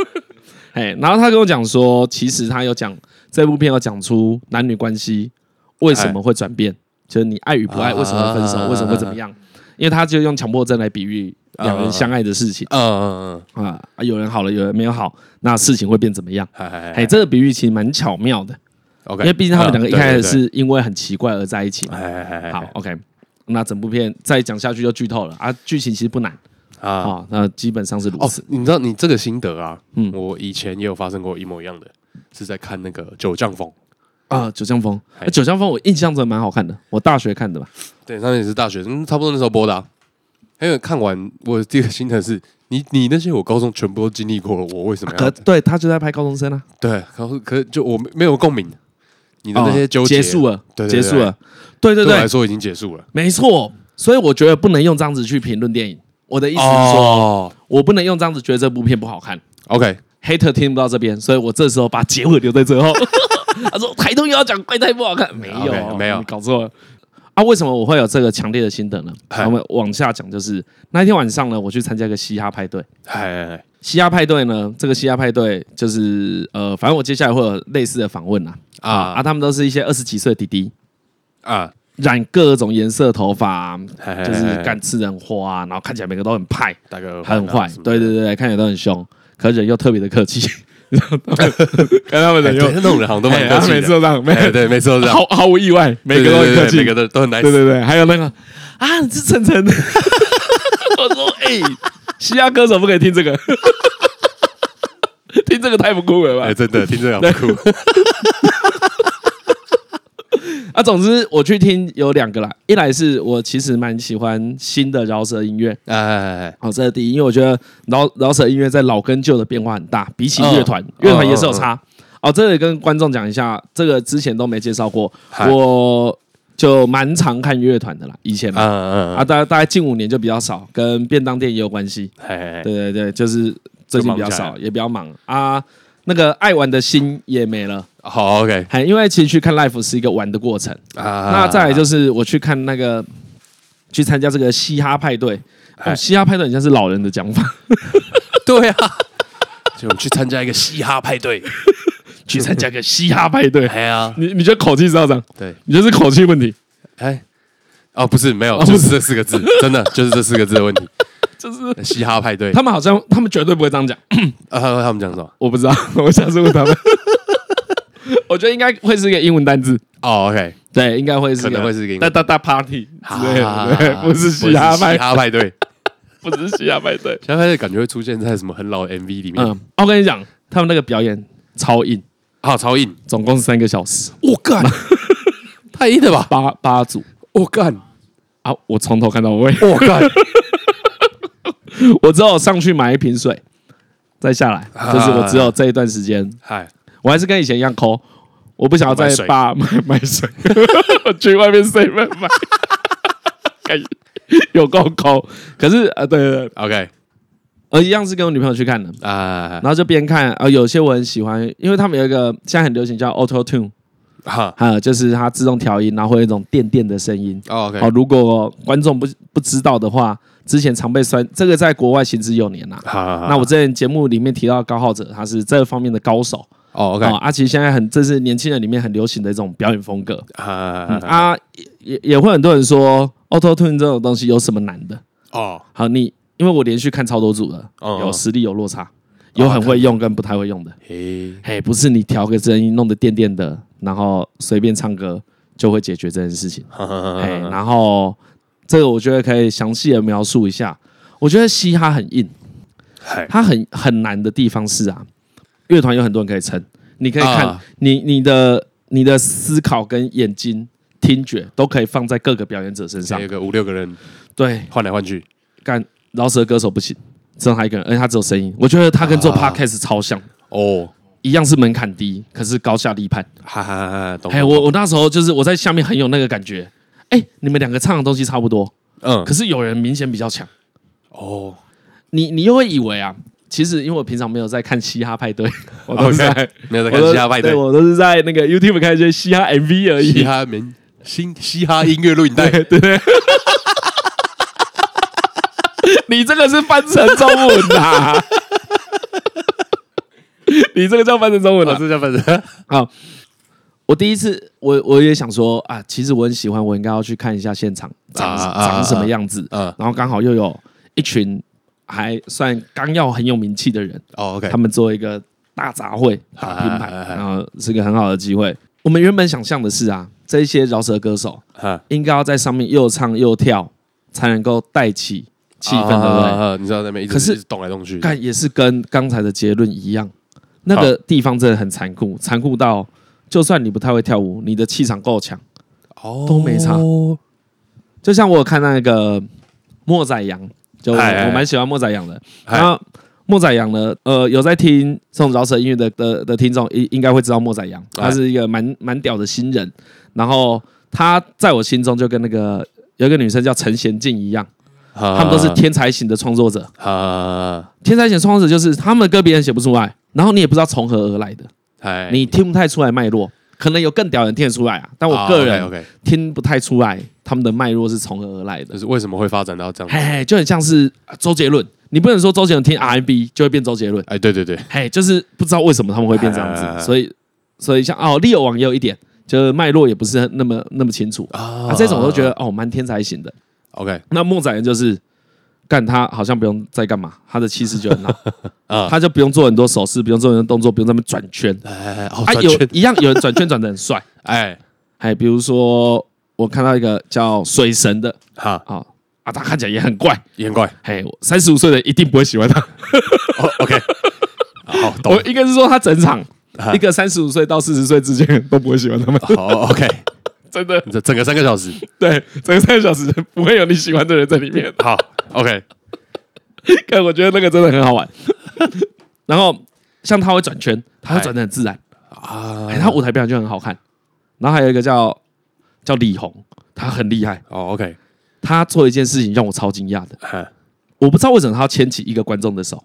A: [LAUGHS] 哎，然后他跟我讲说，其实他有讲这部片有讲出男女关系为什么会转变，就是你爱与不爱
B: 哎啊
A: 为什么会分手，为什么会怎么样？因为他就用强迫症来比喻两人相爱的事情
B: 嗯嗯嗯，
A: 啊，啊有人好了，有人没有好，那事情会变怎么样？
B: 嗨嗨
A: 哎，这个比喻其实蛮巧妙的，
B: ，OK，
A: 因为毕竟他们两个一开始
B: 嗯，
A: 是因为很奇怪而在一起嘛。
B: 哎哎
A: 好，OK，那整部片再讲下去就剧透了啊，剧情其实不难啊、
B: 啊
A: 哦那基本上是如
B: 哦
A: 此。，
B: 你知道你这个心得啊，
A: 嗯
B: 我以前也有发生过一模一样的，是在看那个《九降风》，
A: 啊，九江风，
B: 哎
A: 啊九江风我印象中蛮好看的，我大学看的吧。
B: 对，那也是大学，嗯，差不多那时候播的、啊。因为看完我的第一个心得是，你你那些我高中全部都经历过了，我为什么要
A: 啊可？对他就在拍高中生啊，
B: 对，然后可就我没没有共鸣，你的那些纠
A: 哦
B: 结、
A: 结束了，
B: 对对
A: 结
B: 对
A: 束了，对对
B: 对我来
A: 对，
B: 说已经结束了。
A: 没错。所以我觉得不能用这样子去评论电影。我的意思是说，
B: 哦
A: 我不能用这样子觉得这部片不好看。
B: ，OK，
A: hater 听不到这边，所以我这时候把结尾留在最后。 [LAUGHS] 他说台东又要讲怪胎不好看，没有
B: OK，没有
A: 你搞错了啊！为什么我会有这个强烈的心得呢？
B: 嗨
A: 我们往下讲，就是那一天晚上呢，我去参加一个嘻哈派对。
B: 哎，
A: 嘻哈派对呢，这个嘻哈派对就是呃，反正我接下来会有类似的访问啦
B: 啊
A: 啊，他们都是一些二十几岁的弟弟，
B: 啊，
A: 染各种颜色头发，
B: 嗨
A: 就是干吃人花，啊然后看起来每个都很派，
B: 大哥
A: 很坏，对对对，看起来都很凶，可人又特别的客气，看哎他们
B: 对，对那种人好像都蛮客气的，
A: 都 [LAUGHS] 这样，
B: 哎，对，每次都这样，
A: 毫毫无意外，每个都很
B: 对对对
A: 客气，
B: 每个都都很 nice，
A: 对对对，还有那个啊，你是晨
B: [LAUGHS]
A: 晨，我说哎，嘻哈歌手不可以听这
B: [LAUGHS]
A: 个，听这个太不酷了吧
B: 哎，？真的听这样哭，
A: 啊，总之我去听有两个啦，一来是我其实蛮喜欢新的饶舌音乐，哦
B: 哎，
A: 好，这是第一，因为我觉得饶饶舌音乐在老跟旧的变化很大，比起乐团
B: 嗯，
A: 乐团也是有差。哦，这里跟观众讲一下，这个之前都没介绍过，
B: 嗨
A: 我就蛮常看乐团的啦，以前
B: 嗯
A: 啊，
B: 嗯
A: 啊，
B: 嗯，
A: 大大概近五年就比较少，跟便当店也有关系。
B: 哎，
A: 对对对，就是最近比较
B: 就忙起来
A: 少，
B: 了
A: 也比较忙啊。那个爱玩的心也没了，
B: 好，OK，
A: 还因为其实去看 l i f e 是一个玩的过程。
B: 啊
A: 那再来就是我去看那个去参加这个嘻哈派对，哦
B: 嗨
A: 嘻哈派对很像是老人的讲法。 [LAUGHS]
B: 对啊， [LAUGHS] 就我们去参加一个嘻哈派对，
A: 去参加个嘻哈派对。
B: 哎呀，
A: 你你觉得口气是要这样？
B: 对，
A: 你觉得是口气问题？
B: 哎，哦，不是，没有，就是这四个字，真的就是这四个字的问题，
A: 就是
B: 嘻哈派对，
A: 他们好像他们绝对不会这样讲，
B: 啊，他们讲什么？
A: 哎我不知道，我下次问他们。 [LAUGHS] 我觉得应该会是一个英文单字，
B: 哦，OK，
A: 对，应该会是啊
B: 可能会是一个英文
A: 大大大 party 之类的，对，不是 [LAUGHS] 嘻哈
B: 嘻
A: 派，
B: 哈派对，
A: [LAUGHS] 不是嘻哈派对。
B: 嘻哈派对感觉会出现在什么很老的 MV 里面
A: 嗯，啊我跟你讲，他们那个表演超硬，
B: 啊，超硬，
A: 总共三个小时，
B: 我干， [LAUGHS] 太硬了吧，
A: 八八组
B: 我干，
A: 啊！我从头看到尾，
B: 我干，
A: [LAUGHS] 我只有上去买一瓶水，再下来，
B: 啊
A: 就是我只有这一段时间
B: 嗨，
A: 我还是跟以前一样抠，我不想要再
B: 买水
A: 把买 [LAUGHS] 买水，我去外面 s e
B: [LAUGHS]
A: 买，干有够抠。可是呃，对对对，
B: OK，
A: 呃，一样是跟我女朋友去看的，
B: 啊
A: 然后就边看，呃，有些我很喜欢，因为他们有一个现在很流行叫 Auto Tune，
B: 哈
A: 啊，就是它自动调音，然后会有一种电电的声音。
B: 哦，OK，
A: 哦，如果观众不不知道的话，之前常被酸，这个在国外行之有年呐、
B: 好，
A: 那我之前节目里面提到的高浩哲，他是这方面的高手。
B: 哦，OK，
A: 哦，啊，其实现在很，这是年轻人里面很流行的一种表演风格。嗯
B: 啊
A: 啊，也也也会很多人说 Auto Tune 这种东西有什么难的？
B: 哦，
A: 好，你因为我连续看超多组了，
B: 嗯哦
A: 有实力有落差，有很会用跟不太会用的。
B: 嘿，
A: 嘿，不是你调个声音弄得垫垫的，然后随便唱歌就会解决这件事情。
B: 哈哈哈
A: 哎，然后这个我觉得可以详细的描述一下。我觉得嘻哈很硬，
B: 嗨，
A: 它很很难的地方是啊，乐团有很多人可以撑，你可以看、
B: 啊
A: 你你的你的思考跟眼睛、听觉都可以放在各个表演者身上
B: 有。个五六个人
A: 对，
B: 换来换去，
A: 干饶舌歌手不行，只有他一个人，而且他只有声音。我觉得他跟做 podcast 超像，
B: 哦，
A: 一样是门槛低，可是高下立判。
B: 哈哈哈，懂，
A: 哎，我我那时候就是我在下面很有那个感觉。哎，你们两个唱的东西差不多，
B: 嗯
A: 可，是有人明显比较强。
B: 哦，
A: 你你又会以为啊，其实因为我平常没有在看嘻哈派对，我都是在
B: OK，没有
A: 我
B: 在看
A: 都
B: 嘻哈派
A: 对
B: 对，
A: 我都是在那个 YouTube 看一些嘻哈 MV 而
B: 嘻
A: 已。
B: 哈民新嘻哈音乐录影带，
A: [LAUGHS] 你这个是翻成中文的、啊，你这个叫翻成中文的、啊
B: 这叫反正
A: 好，我第一次，我我也想说啊，其实我很喜欢，我应该要去看一下现场长、
B: 啊啊
A: 长什么样子。
B: 啊
A: 然后刚好又有一群还算刚要很有名气的人，
B: 哦，OK，
A: 他们做一个大杂烩、大拼盘，
B: 啊啊啊啊
A: 然后是个很好的机会。我们原本想象的是啊，这一些饶舌歌手
B: 哈，
A: 应该要在上面又唱又跳，才能够带起气氛，对不对？
B: 对？你知道那边一直
A: 可是
B: 一直动来动去，
A: 但也是跟刚才的结论一样，那个地方真的很残酷，残酷到就算你不太会跳舞，你的气场够强，
B: 哦
A: 都没差就像我有看那个莫仔羊，就我
B: 哎哎哎
A: 我蛮喜欢莫仔羊的。
B: 哎
A: 然后莫仔羊呢，呃，有在听这种饶舌音乐的的的听众应应该会知道莫仔羊，他
B: 哎
A: 是一个蛮蛮屌的新人。然后他在我心中就跟那个有一个女生叫陈贤静一样，
B: 他
A: 他们都是天才型的创作者。
B: 啊，
A: 天才型创作者就是他们的歌别人写不出来，然后你也不知道从何而来的。
B: 哎，
A: 你听不太出来脉络，可能有更屌人听得出来啊，但我个人
B: OK，
A: 听不太出来他们的脉络是从何而来的
B: 就。是为什么会发展到这样？
A: 嘿嘿，就很像是呃周杰伦，你不能说周杰伦听 R&B 就会变周杰伦，
B: 哎，对对对，
A: 嘿，就是不知道为什么他们会变这样
B: 哎哎哎
A: 子，所以所以像哦，利友王也有一点，就是脉络也不是那么那么清楚啊，
B: 啊
A: 这种我都觉得哦蛮天才型的。
B: OK
A: 那莫仔人就是干他好像不用再干嘛，他的气势就很 [LAUGHS] 好，
B: 啊，
A: 他就不用做很多手势，不用做很多动作，不用在那边 [LAUGHS] 转圈，
B: 哎，哦
A: 啊，，有
B: 有
A: 一样有人转圈转的很 [LAUGHS] 帅。
B: 哎，
A: 还比如说，我看到一个叫水神的
B: 哈，
A: 啊、哦、啊，他看起来也很怪。
B: 眼怪
A: 嘿，三十五岁的一定不会喜欢他。
B: 哦，OK，好，懂
A: 我，应该是说他整场
B: 啊
A: 一个三十五岁到四十岁之间都不会喜欢他们，
B: 好，OK，
A: [LAUGHS] 真的
B: 这整个三个小 [LAUGHS] 时，
A: 对，整个三个小时不会有你喜欢的人在里面。
B: 好，OK，
A: 但我觉 [LAUGHS] 得那个真的很好玩。 [LAUGHS] 然后像他会转圈，他会转的很自然，
B: 啊
A: 哎，他舞台表演就很好看。然后还有一个叫叫李红，他很厉害，
B: 哦，OK，
A: 他做一件事情让我超惊讶的。
B: 哎
A: 我不知道为什么他要牵起一个观众的手，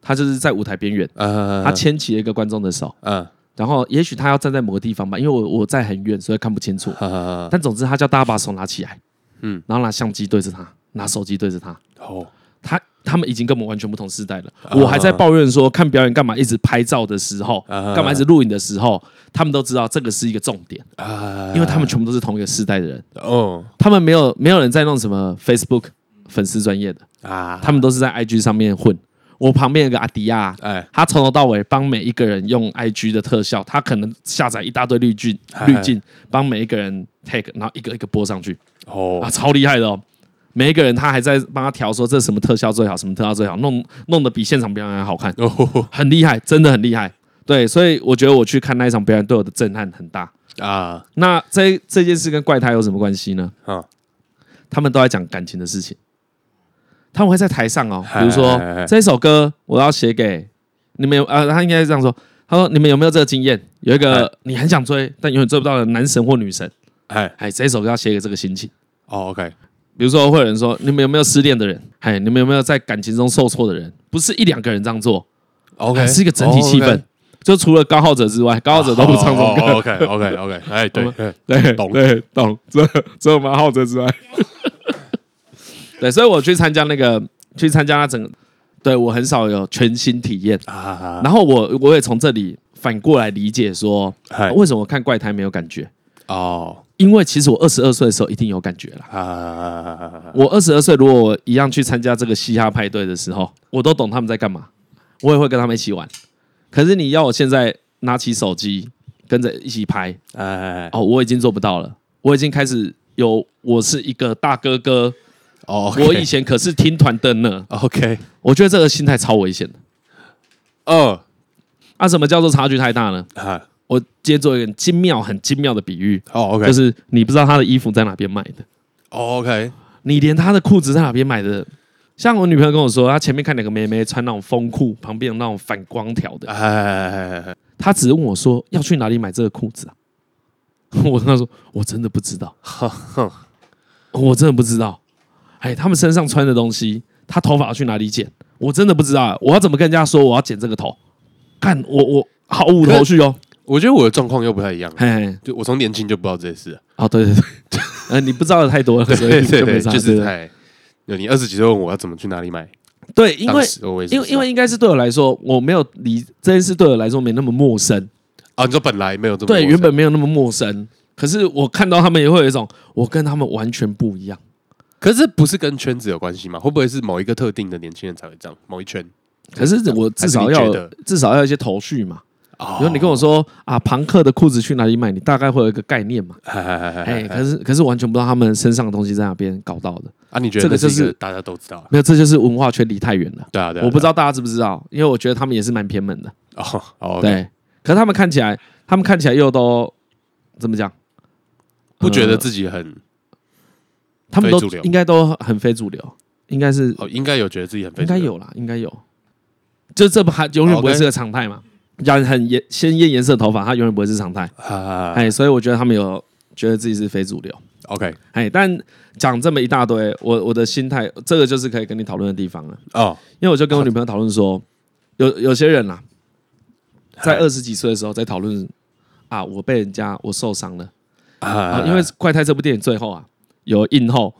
A: 他就是在舞台边缘，
B: 呃，
A: 他牵起了一个观众的手，
B: 嗯，
A: 然后也许他要站在某个地方吧，因为我我在很远，所以看不清
B: [LAUGHS]
A: 楚。
B: 啊，
A: 但总之，他叫大家把手拿起来，嗯
B: 嗯，
A: 然后拿相机对着他，拿手机对着他，
B: 哦，
A: 他他们已经跟我们完全不同时代了。我还在抱怨说看表演干嘛一直拍照的时候，
B: 啊
A: 干嘛一直录影的时候，他们都知道这个是一个重点，
B: 啊，
A: 因为他们全部都是同一个时代的人，
B: 哦
A: 他们没有没有人在弄什么 Facebook 粉丝专业的。
B: 啊，
A: 他们都是在 IG 上面混。我旁边有个阿迪啊亚，
B: 哎
A: 他从头到尾帮每一个人用 IG 的特效，他可能下载一大堆滤镜，
B: 哎
A: 滤镜帮每一个人 tag，然后一个一个播上去，
B: 哦
A: 啊，超厉害的哦！每一个人他还在帮他调说这什么特效最好，什么特效最好，弄弄得比现场表演还好看，
B: 哦
A: 很厉害，真的很厉害。对，所以我觉得我去看那一场表演对我的震撼很大。
B: 啊
A: 那这这件事跟怪胎有什么关系呢？
B: 啊，
A: 他们都在讲感情的事情，他们会在台上哦，比如说
B: 嗨嗨嗨
A: 这首歌我要写给你们有呃，他应该是这样说，他说你们有没有这个经验？有一个你很想追但永远追不到的男神或女神，
B: 哎，
A: 哎，这首歌要写给这个心情。
B: 哦，OK，
A: 比如说会有人说你们有没有失恋的人？哎，你们有没有在感情中受挫的人？不是一两个人这样做，
B: 哦 OK，哦
A: 是一个整体气氛。就就除了高浩哲之外，高浩哲都不唱这种歌。
B: OK OK OK，
A: [LAUGHS]
B: 哎，对，哎
A: 对，
B: 懂
A: 对，懂，这这我们浩哲之外， [LAUGHS] 对，所以我去参加那个，去参加那整个，对我很少有全新体验。
B: 啊，
A: 然后我我也从这里反过来理解说
B: 嗨，
A: 为什么我看怪胎没有感觉？
B: 哎哦
A: 因为其实我二十二岁的时候一定有感觉啦。
B: 啊，
A: 我二十二岁如果我一样去参加这个嘻哈派对的时候，我都懂他们在干嘛，我也会跟他们一起玩。可是你要我现在拿起手机跟着一起拍，
B: 哎，
A: 哦，我已经做不到了，我已经开始有我是一个大哥哥，
B: 哦，
A: 我以前可是听团的呢。
B: OK，
A: 我觉得这个心态超危险的。
B: 二
A: 啊，什么叫做差距太大呢？
B: 哦啊，
A: 我接做一个精妙、很精妙的比喻，
B: 哦 OK，哦
A: 就是你不知道他的衣服在哪边买的，
B: OK，
A: 你连他的裤子在哪边买的。像我女朋友跟我说，她前面看两个妹妹穿那种风裤，旁边有那种反光条的，
B: 哎，
A: 她只问我说要去哪里买这个裤子啊？ [LAUGHS] 我跟她说我真的不知
B: [LAUGHS]
A: 道。
B: 哼，
A: 我真的不知道。哎，他们身上穿的东西，他头发要去哪里剪？我真的不知道啊，我要怎么跟人家说我要剪这个头？看我我毫无头绪哦。
B: 我觉得我的状况又不太一
A: [LAUGHS]
B: 样，
A: 嘿嘿，
B: 就我从年轻就不知道这些事，
A: 哦对对对， [LAUGHS] 呃，你不知道的太多了，
B: [LAUGHS]
A: 所以就没啥。对
B: 就是
A: 对
B: 哎，有你二十几岁问我要怎么去哪里买，
A: 对，因为
B: 当时我也是
A: 因
B: 不
A: 为
B: 知道
A: 因为应该是对我来说，我没有离这件事对我来说没那么陌生，
B: 啊，你说本来没有这么
A: 对，
B: 陌
A: 原
B: 生
A: 本没有那么陌生。可是我看到他们也会有一种，我跟他们完全不一样。
B: 可是不是跟圈子有关系吗？会不会是某一个特定的年轻人才会这样？某一圈？
A: 可是我至少
B: 还是你
A: 要
B: 觉得
A: 至少要一些头绪嘛。
B: 哦
A: 比如你跟我说啊，庞克的裤子去哪里买，你大概会有一个概念嘛。哎、
B: 哎
A: 可是可是完全不知道他们身上的东西在哪边搞到的，
B: 啊，你觉得
A: 这个
B: 那
A: 就是
B: 一个大家都知道啊？
A: 没有，这就是文化圈离太远了。
B: 对啊，对啊，
A: 我不知
B: 道
A: 道大家知不知道，因为我觉得他们也是蛮偏门的。
B: 哦哦，对，
A: 对，可是他们看起来，他们看起来又都怎么讲？
B: 不觉得
A: 呃
B: 自己很
A: 他们都
B: 非主流
A: 应该都很非主流，应该是
B: 哦，应该有觉得自己很非
A: 应
B: 主
A: 该
B: 流哦
A: 有啦，应该有。就这不还永远不会
B: OK
A: 是个常态嘛？染很颜鲜艳颜色的头发，它永远不会是常态。
B: 啊
A: 哎，所以我觉得他们有觉得自己是非主流。
B: ，OK
A: 哎，但讲这么一大堆，我我的心态，这个就是可以跟你讨论的地方了。
B: 哦，
A: 因为我就跟我女朋友讨论说，有有些人啦、
B: 哎
A: 在二十几岁的时候在讨论啊，我被人家我受伤了啊，
B: 啊
A: 因为《怪胎》这部电影最后啊有映后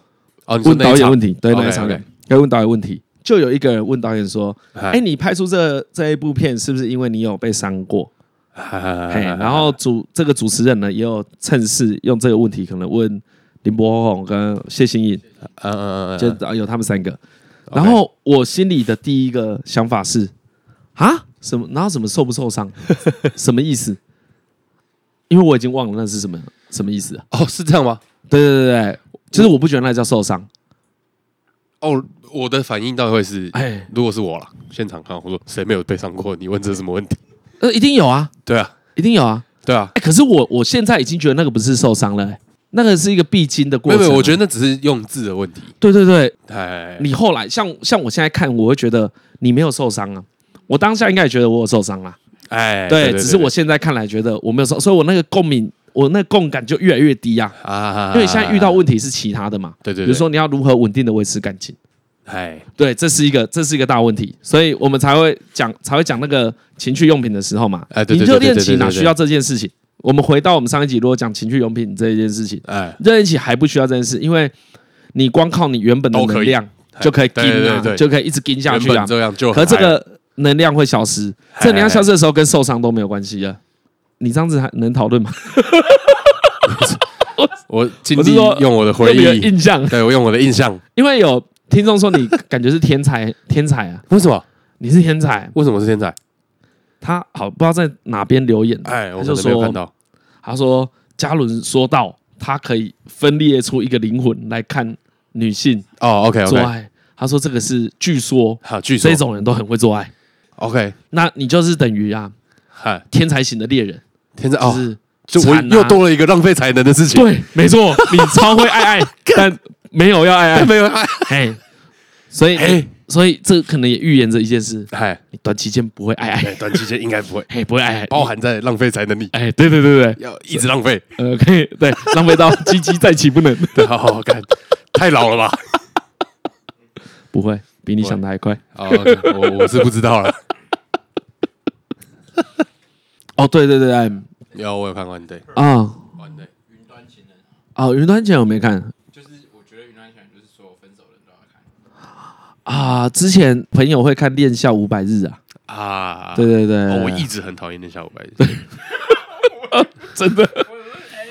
B: 哦，你说
A: 问
B: 那
A: 导
B: 一
A: 演
B: 场
A: 问题，对那
B: OK，
A: 一场
B: OK
A: 要问导演问题，就有一个人问导演说，
B: 哎
A: 哎，你拍出这这一部片是不是因为你有被伤过？哎，然后主这个主持人呢也有趁势用这个问题可能问林柏宏跟谢欣颖，
B: 嗯嗯嗯，
A: 就啊
B: 嗯
A: 有他们三个。然后我心里的第一个想法是，啊，什么？然后什么受不受 [LAUGHS] 伤？什么意思？因为我已经忘了那是什么什么意思了。
B: 哦是这样吗？
A: 对对对对，就是我不觉得那叫受伤。
B: 哦，我的反应倒会是，
A: 哎，
B: 如果是我了，现场看我说谁没有被伤过？你问这是什么问题？
A: 呃，一定有啊，
B: 对啊，
A: 一定有啊。
B: 对啊，
A: 哎，可是我我现在已经觉得那个不是受伤了、哎那个是一个必经的过
B: 没有
A: 程、
B: 没有，我觉
A: 得
B: 得那只是用字的问题。
A: 对对对，
B: 哎，
A: 你后来像像我现在看，我会觉得你没有受伤啊。我当下应该也觉得我有受伤啦、啊
B: 哎，
A: 对，只是我现在看来觉得我没有受，所以我那个共鸣，我那个共感就越来越低啊。
B: 啊，
A: 因为你现在遇到问题是其他的嘛，
B: 对对，
A: 比
B: 对
A: 如说你要如何稳定的维持感情，
B: 哎，
A: 对，这是一个这是一个大问题，所以我们才会讲才会讲那个情趣用品的时候嘛
B: 哎，对
A: 你
B: 对对
A: 热
B: 对
A: 恋
B: 对对
A: 期哪
B: 对对
A: 需要这件事情？我们回到我们上一集，如果讲情趣用品这一件事情，
B: 哎，
A: 热恋期还不需要这件事，因为你光靠你原本的
B: 都可以
A: 能量就可以
B: 对
A: 盯
B: 对对
A: 啊
B: 对，
A: 就可以一直盯下去
B: 原
A: 啊
B: 本。这样就哎
A: 可
B: 很
A: 这
B: 嗨了
A: 个能量会消失，这能量消失的时候跟受伤都没有关系啊。你这样子还能讨论吗？
B: 哎我尽
A: 我是
B: 力
A: 说
B: 用我的回
A: 特别有
B: 忆，
A: 印象，
B: 对我用我的印象。
A: 因为有听众说你感觉是天才， [LAUGHS] 天才啊，
B: 为什么？
A: 你是天才。
B: 为什么是天才？
A: 他好不知道在哪边留言，
B: 哎，我
A: 他就
B: 可能没有
A: 说
B: 看到。
A: 他说嘉伦说到他可以分裂出一个灵魂来看女性
B: 哦，OK
A: 做
B: OK，
A: 爱，他说这个是据说
B: 好，据说
A: 这种人都很会做爱，
B: OK，
A: 那你就是等于啊
B: 嗨，
A: 天才型的猎人，
B: 天才
A: 就
B: 哦，
A: 是
B: 就我
A: 惨啊
B: 又多了一个浪费才能的事情。
A: 对，没错，你超会爱 [LAUGHS] 爱，但没有要 [LAUGHS] 爱爱，
B: 没有，哎
A: 嘿，所以
B: 哎
A: 所以这可能也预言着一件事，
B: 哎，
A: 你短期间不会爱爱，
B: 对短期间应该不会
A: 嘿，不会爱爱，
B: 包含在浪费才能里，
A: 哎，对对对对，
B: 要一直浪费。
A: 呃，可以对，浪费到鸡鸡再起不 [LAUGHS] 能，
B: 对，好好好看，太老
A: [LAUGHS]
B: 了吧？
A: 不会比
B: 哦
A: 你想的还快。
B: 哦，我我是不知道了。
A: 哦，对对对，哎
B: 有我有看过，对，
A: 啊
B: 对，
C: 云端情人，
A: 啊，云端情人我没看
C: 就是我觉得云端情人就是所有分手的人都要看。
A: 啊，之前朋友会看《恋笑五百日》啊，
B: 啊，
A: 对对对对
B: 哦，我
A: 对
B: 一直很讨厌那下午白日，
A: [LAUGHS] 真的，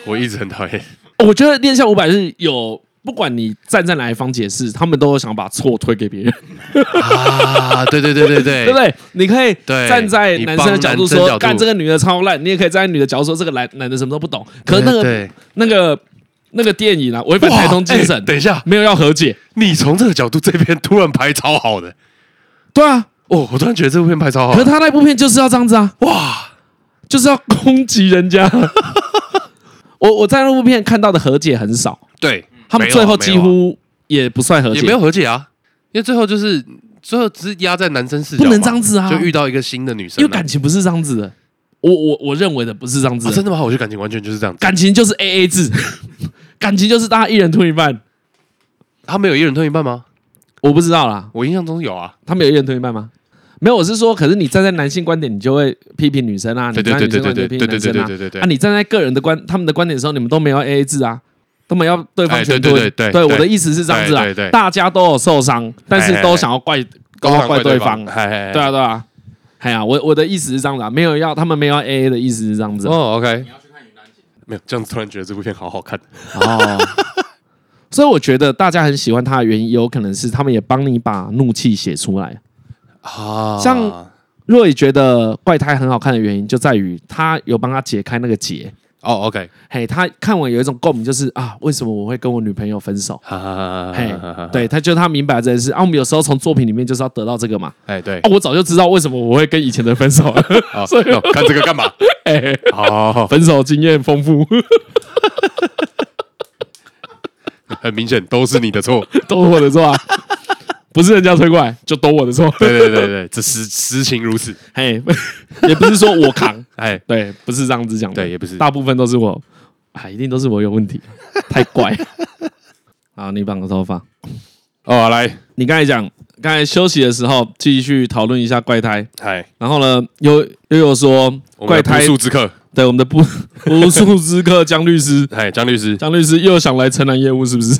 B: 我一直很讨厌。
A: 我觉得《恋笑五百日》有。不管你站在哪一方解释，他们都想把错推给别人， [LAUGHS]
B: 啊，对对对对 [LAUGHS] 对，
A: 对不对？你可以
B: 对
A: 站在男生的角度
B: 你帮男生
A: 说
B: 角，度
A: 干这个女的超烂；你也可以站在女的角度说，这个男男的什么都不懂。可是那个
B: 对
A: 那个那个电影啊，违反
B: 哇
A: 台通精神，
B: 哎等一下，哦
A: 没有要和解。
B: 你从这个角度，这篇突然拍超好的
A: 对啊，
B: 哦，我突然觉得这部片拍超好
A: 可
B: 的
A: 是他那部片就是要这样子啊，
B: 哇，
A: 就是要攻击人
B: [LAUGHS]
A: 家。我我在那部片看到的和解很少，
B: 对，
A: 他们
B: 没有啊
A: 最后几
B: 没有
A: 乎也不算和
B: 啊
A: 解，
B: 也没有和解啊，因为最后就是最后只是压在男生视角嘛，
A: 不能这样子啊
B: 就遇到一个新的女生啊，
A: 因为感情不是这样子的。我我我认为的不是这样子
B: 啊
A: 的，
B: 真的吗？我觉得感情完全就是这样子，
A: 感情就是 A A 制， [LAUGHS] 感情就是大家一人吞一半。
B: 他们有一人吞一半吗？
A: 我不知道啦，
B: 我印象中有啊，
A: 他们有一人吞一半吗？没有，我是说，可是你站在男性观点，你就会批评女生啊，你
B: 对对
A: 站在
B: 对
A: 女生
B: 对对
A: 观点
B: 对
A: 批评
B: 对
A: 男
B: 对对
A: 生
B: 对
A: 啊，
B: 对对对
A: 啊，，你站在个人的观他们的观点的时候，你们都没有 A A 制啊，都没有要对方
B: 哎
A: 全
B: 对对对对
A: 对，
B: 对
A: 我的意思是这样子啊
B: 对对，对
A: 大家都有受伤，但是都想要怪都要怪对方，
B: 哎哎哎
A: 对啊对啊，哎呀，我我的意思是这样子啊，没有要他们没有 A A 的意思是这样子啊
B: 哦，OK，
C: 你要去看云端情人，
B: 没有这样子，突然觉得这部片好好看。
A: 哦，所以我觉得大家很喜欢他的原因，有可能是他们也帮你把怒气写出来。
B: 啊，
A: 像若雨觉得怪胎很好看的原因，就在于他有帮他解开那个结。
B: 哦，OK，
A: 嘿，他看完有一种共鸣，就是啊，为什么我会跟我女朋友分手？
B: 哈
A: 嘿，，对，他就他明白这件事啊。我们有时候从作品里面就是要得到这个嘛。
B: 哎对
A: 啊，，我早就知道为什么我会跟以前的分手了，
B: 好，哦看这个干 [LAUGHS] 嘛？哦
A: 嘿
B: 好，
A: 分手经验丰富，
B: 很明显都是你的错。
A: 都我的错啊，不是人家推过来，就都我的错。
B: 对对对对，这实实情如此。
A: 嘿，也不是说我扛，
B: 哎，
A: 对，不是这样子讲的，
B: 对也不是
A: 大部分都是我，啊，一定都是我有问 [LAUGHS] 题，太怪。好，你绑个头发。
B: 哦，来，
A: 你刚才讲，刚才休息的时候继续讨论一下怪胎，
B: 哎，
A: 然后呢，悠悠悠说
B: 我们
A: 怪
B: 的
A: 胎
B: 不，速之客，
A: 对我们的
B: [LAUGHS]
A: 不不速之客江律师，
B: 哎，张律师，
A: 江律师又想来城南业务是 [LAUGHS] 不是？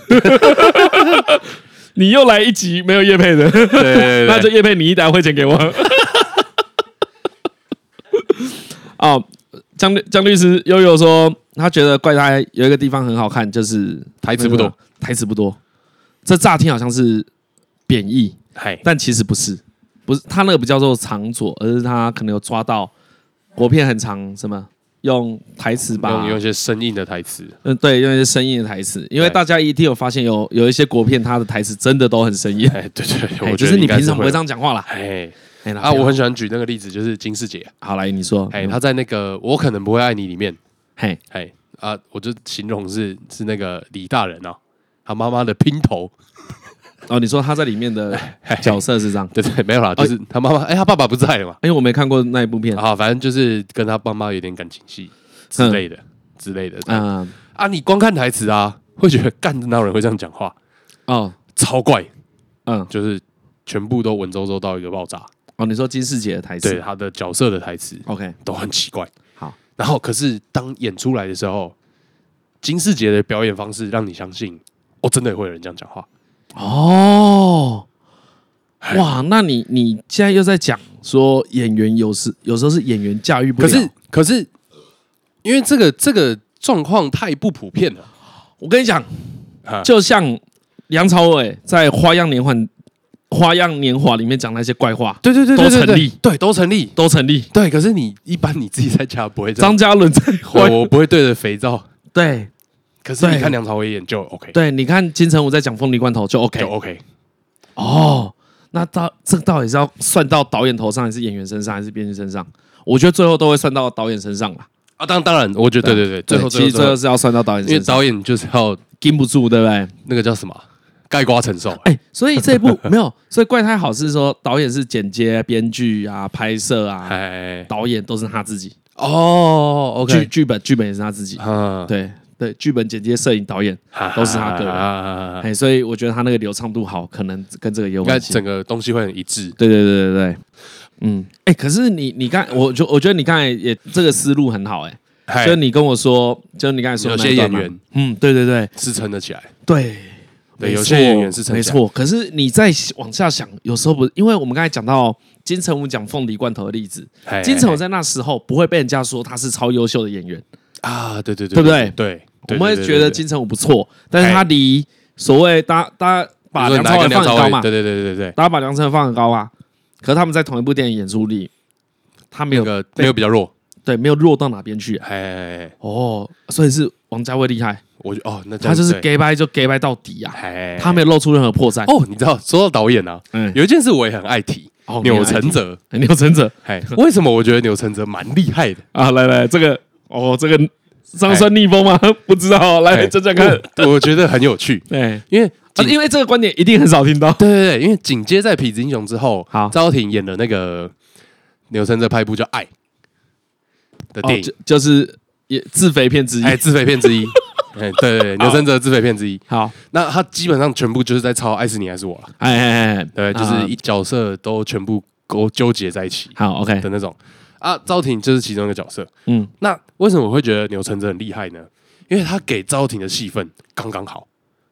A: 你又来一集没有叶配的，
B: 对对
A: 那
B: 对
A: 就
B: 对，
A: 叶配你一打汇钱给我。 [LAUGHS] 哦，江律江律师悠悠说，他觉得怪胎有一个地方很好看，就是
B: 台词不多，
A: 台词不多。这乍听好像是贬义，
B: 哎，
A: 但其实不是，不是他那个不叫做长左，而是他可能有抓到国片很长什么。用台词把
B: 用用一些生硬的台词，
A: 嗯对，用一些生硬的台词，因为
B: 对
A: 大家一定有发现有有一些国片，它的台词真的都很生硬，
B: 哎，对对，对
A: 哎
B: 我
A: 就
B: 觉
A: 是
B: 得
A: 你
B: 应该
A: 平常不
B: 会
A: 会
B: 有
A: 这。样讲话啦。
B: 哎
A: 哎啦
B: 啊，
A: 不要
B: 我很喜欢举那个例子，就是金世杰，
A: 好来你说，嗯
B: 哎，他在那个《我可能不会爱你》里面，
A: 嘿，
B: 哎啊，我就形容是是那个李大人哦，他妈妈的姘头，
A: 哦，你说他在里面的角色是这样？
B: 对对，没有啦，就是他妈妈，哎，他爸爸不在了嘛，
A: 因为我没看过那一部片，
B: 啊，反正就是跟他爸妈有点感情戏之类的之类的，啊
A: 嗯，
B: 啊，你光看台词啊，会觉得干哪有人会这样讲话，
A: 哦，
B: 超怪，
A: 嗯，
B: 就是全部都文绉绉到一个爆炸，
A: 哦，你说金世杰的台
B: 对
A: 词
B: 他的角色的台词
A: ，OK，
B: 都很奇怪，
A: 哦好，
B: 然后可是当演出来的时候，金世杰的表演方式让你相信，哦，真的会有人这样讲话，
A: 哦，哇，那你你现在又在讲说演员有时有时候是演员驾驭不
B: 可
A: 了，
B: 是可是因为这个这个状况太不普遍了，
A: 我跟你讲
B: 啊，
A: 就像梁朝伟在《花样年华》《花样年华》里面讲那些怪话，
B: 对对对
A: 对对对，
B: 对都成立。
A: 都成立。
B: 对，可是你一般你自己在家不会这样
A: 张嘉伦在《花
B: 我》我不会对着肥皂，
A: 对
B: 可是你
A: 对
B: 看梁朝伟演就 OK，
A: 对，你看金城武在讲凤梨罐头就 OK，
B: 就 OK。
A: 哦，那到这个到底是要算到导演头上，还是演员身上，还是编剧身上？我觉得最后都会算到导演身上啦。
B: 啊，当当然，我觉得对对对，最后
A: 其实
B: 最
A: 最后
B: 后，
A: 是要算到导演
B: 因为
A: 身上，
B: 导演就是要
A: 禁不住，对不对？
B: 那个叫什么盖瓜承受，
A: 哎、所以这一部没有，所以怪胎好是说导演是剪接、编剧啊、拍摄啊，
B: 哎，
A: 导演都是他自己，
B: 哦
A: 剧
B: ，OK，
A: 剧本剧本也是他自己，
B: 嗯，
A: 对对，剧本、剪接、摄影、导演啊都是他个
B: 啊
A: 人。
B: 人，
A: 哎，所以我觉得他那个流畅度好，可能跟这个也有
B: 应该
A: 关系。
B: 整个东西会很一致。
A: 对对对对对，嗯，哎、可是你你刚，我就我觉得你刚才也这个思路很好、欸，哎，
B: 嗨
A: 就你跟我说，就你刚才说的
B: 有
A: 那
B: 些
A: 一
B: 演
A: 段嘛
B: 员，
A: 嗯，对对对
B: 是撑得起来，
A: 对。
B: 对
A: 没
B: 有
A: 错
B: 些演员是撑
A: 没
B: 起来
A: 错，可是你再往下想，有时候不，因为我们刚才讲到金城武讲凤梨罐头的例子，
B: 嗨
A: 金城武在那时候不会被人家说他是超优秀的演员，
B: 啊，对对
A: 对
B: 对，
A: 不对
B: 对，
A: 我
B: 对
A: 们会觉得，金城武不错，但是他离所谓大家大家把
B: 对对对
A: 梁朝伟
B: 对比如说你拿一个
A: 放很
B: 梁
A: 高
B: 伟
A: 嘛，
B: 对对对对对，
A: 大家把梁朝伟放很高啊，可是他们在同一部电影演出里，他没
B: 那
A: 有
B: 个没有比较弱，
A: 对没有弱到哪边去啊、
B: 哎哎，哎
A: 哦，所以是王家卫厉害，
B: 我觉得哦，那这
A: 他
B: 样
A: 就是
B: 对
A: gay 掰就 gay 掰到底啊，
B: 哎，
A: 他没有露出任何破绽。
B: 哦，你知道说到导演啊，
A: 嗯，
B: 有一件事我也很爱提，
A: 哦
B: 钮承泽，
A: 你有成者
B: 哎，为什么我觉得钮承泽蛮厉害
A: [LAUGHS]
B: 的？
A: 啊，来来，这个哦，这个这样算逆风吗？不知道哦，来
B: 哎
A: 讲讲看。
B: 我我觉得很有趣，
A: 哎，
B: 因为
A: [LAUGHS] 啊因为这个哦观点一定很少听到。
B: 对对对，因为紧接在《痞子英雄》之后，
A: 好
B: 赵又廷演了那个钮承泽拍一部叫《爱》的电
A: 哦、
B: 影
A: 就，就是也自肥片之一。
B: 哎，自肥片之
A: [LAUGHS]
B: 一。哎，对对对，
A: 好
B: 钮承泽自肥片之一，
A: 好，
B: 那他基本上全部就是在抄《爱是你还是我》了，
A: 哎哎哎，
B: 对，就
A: 啊
B: 是一角色都全部勾纠结在一起
A: 好，OK，
B: 的那种。啊，赵婷就是其中一个角色。
A: 嗯，
B: 那为什么我会觉得钮承泽很厉害呢？因为他给赵婷的戏份刚刚好，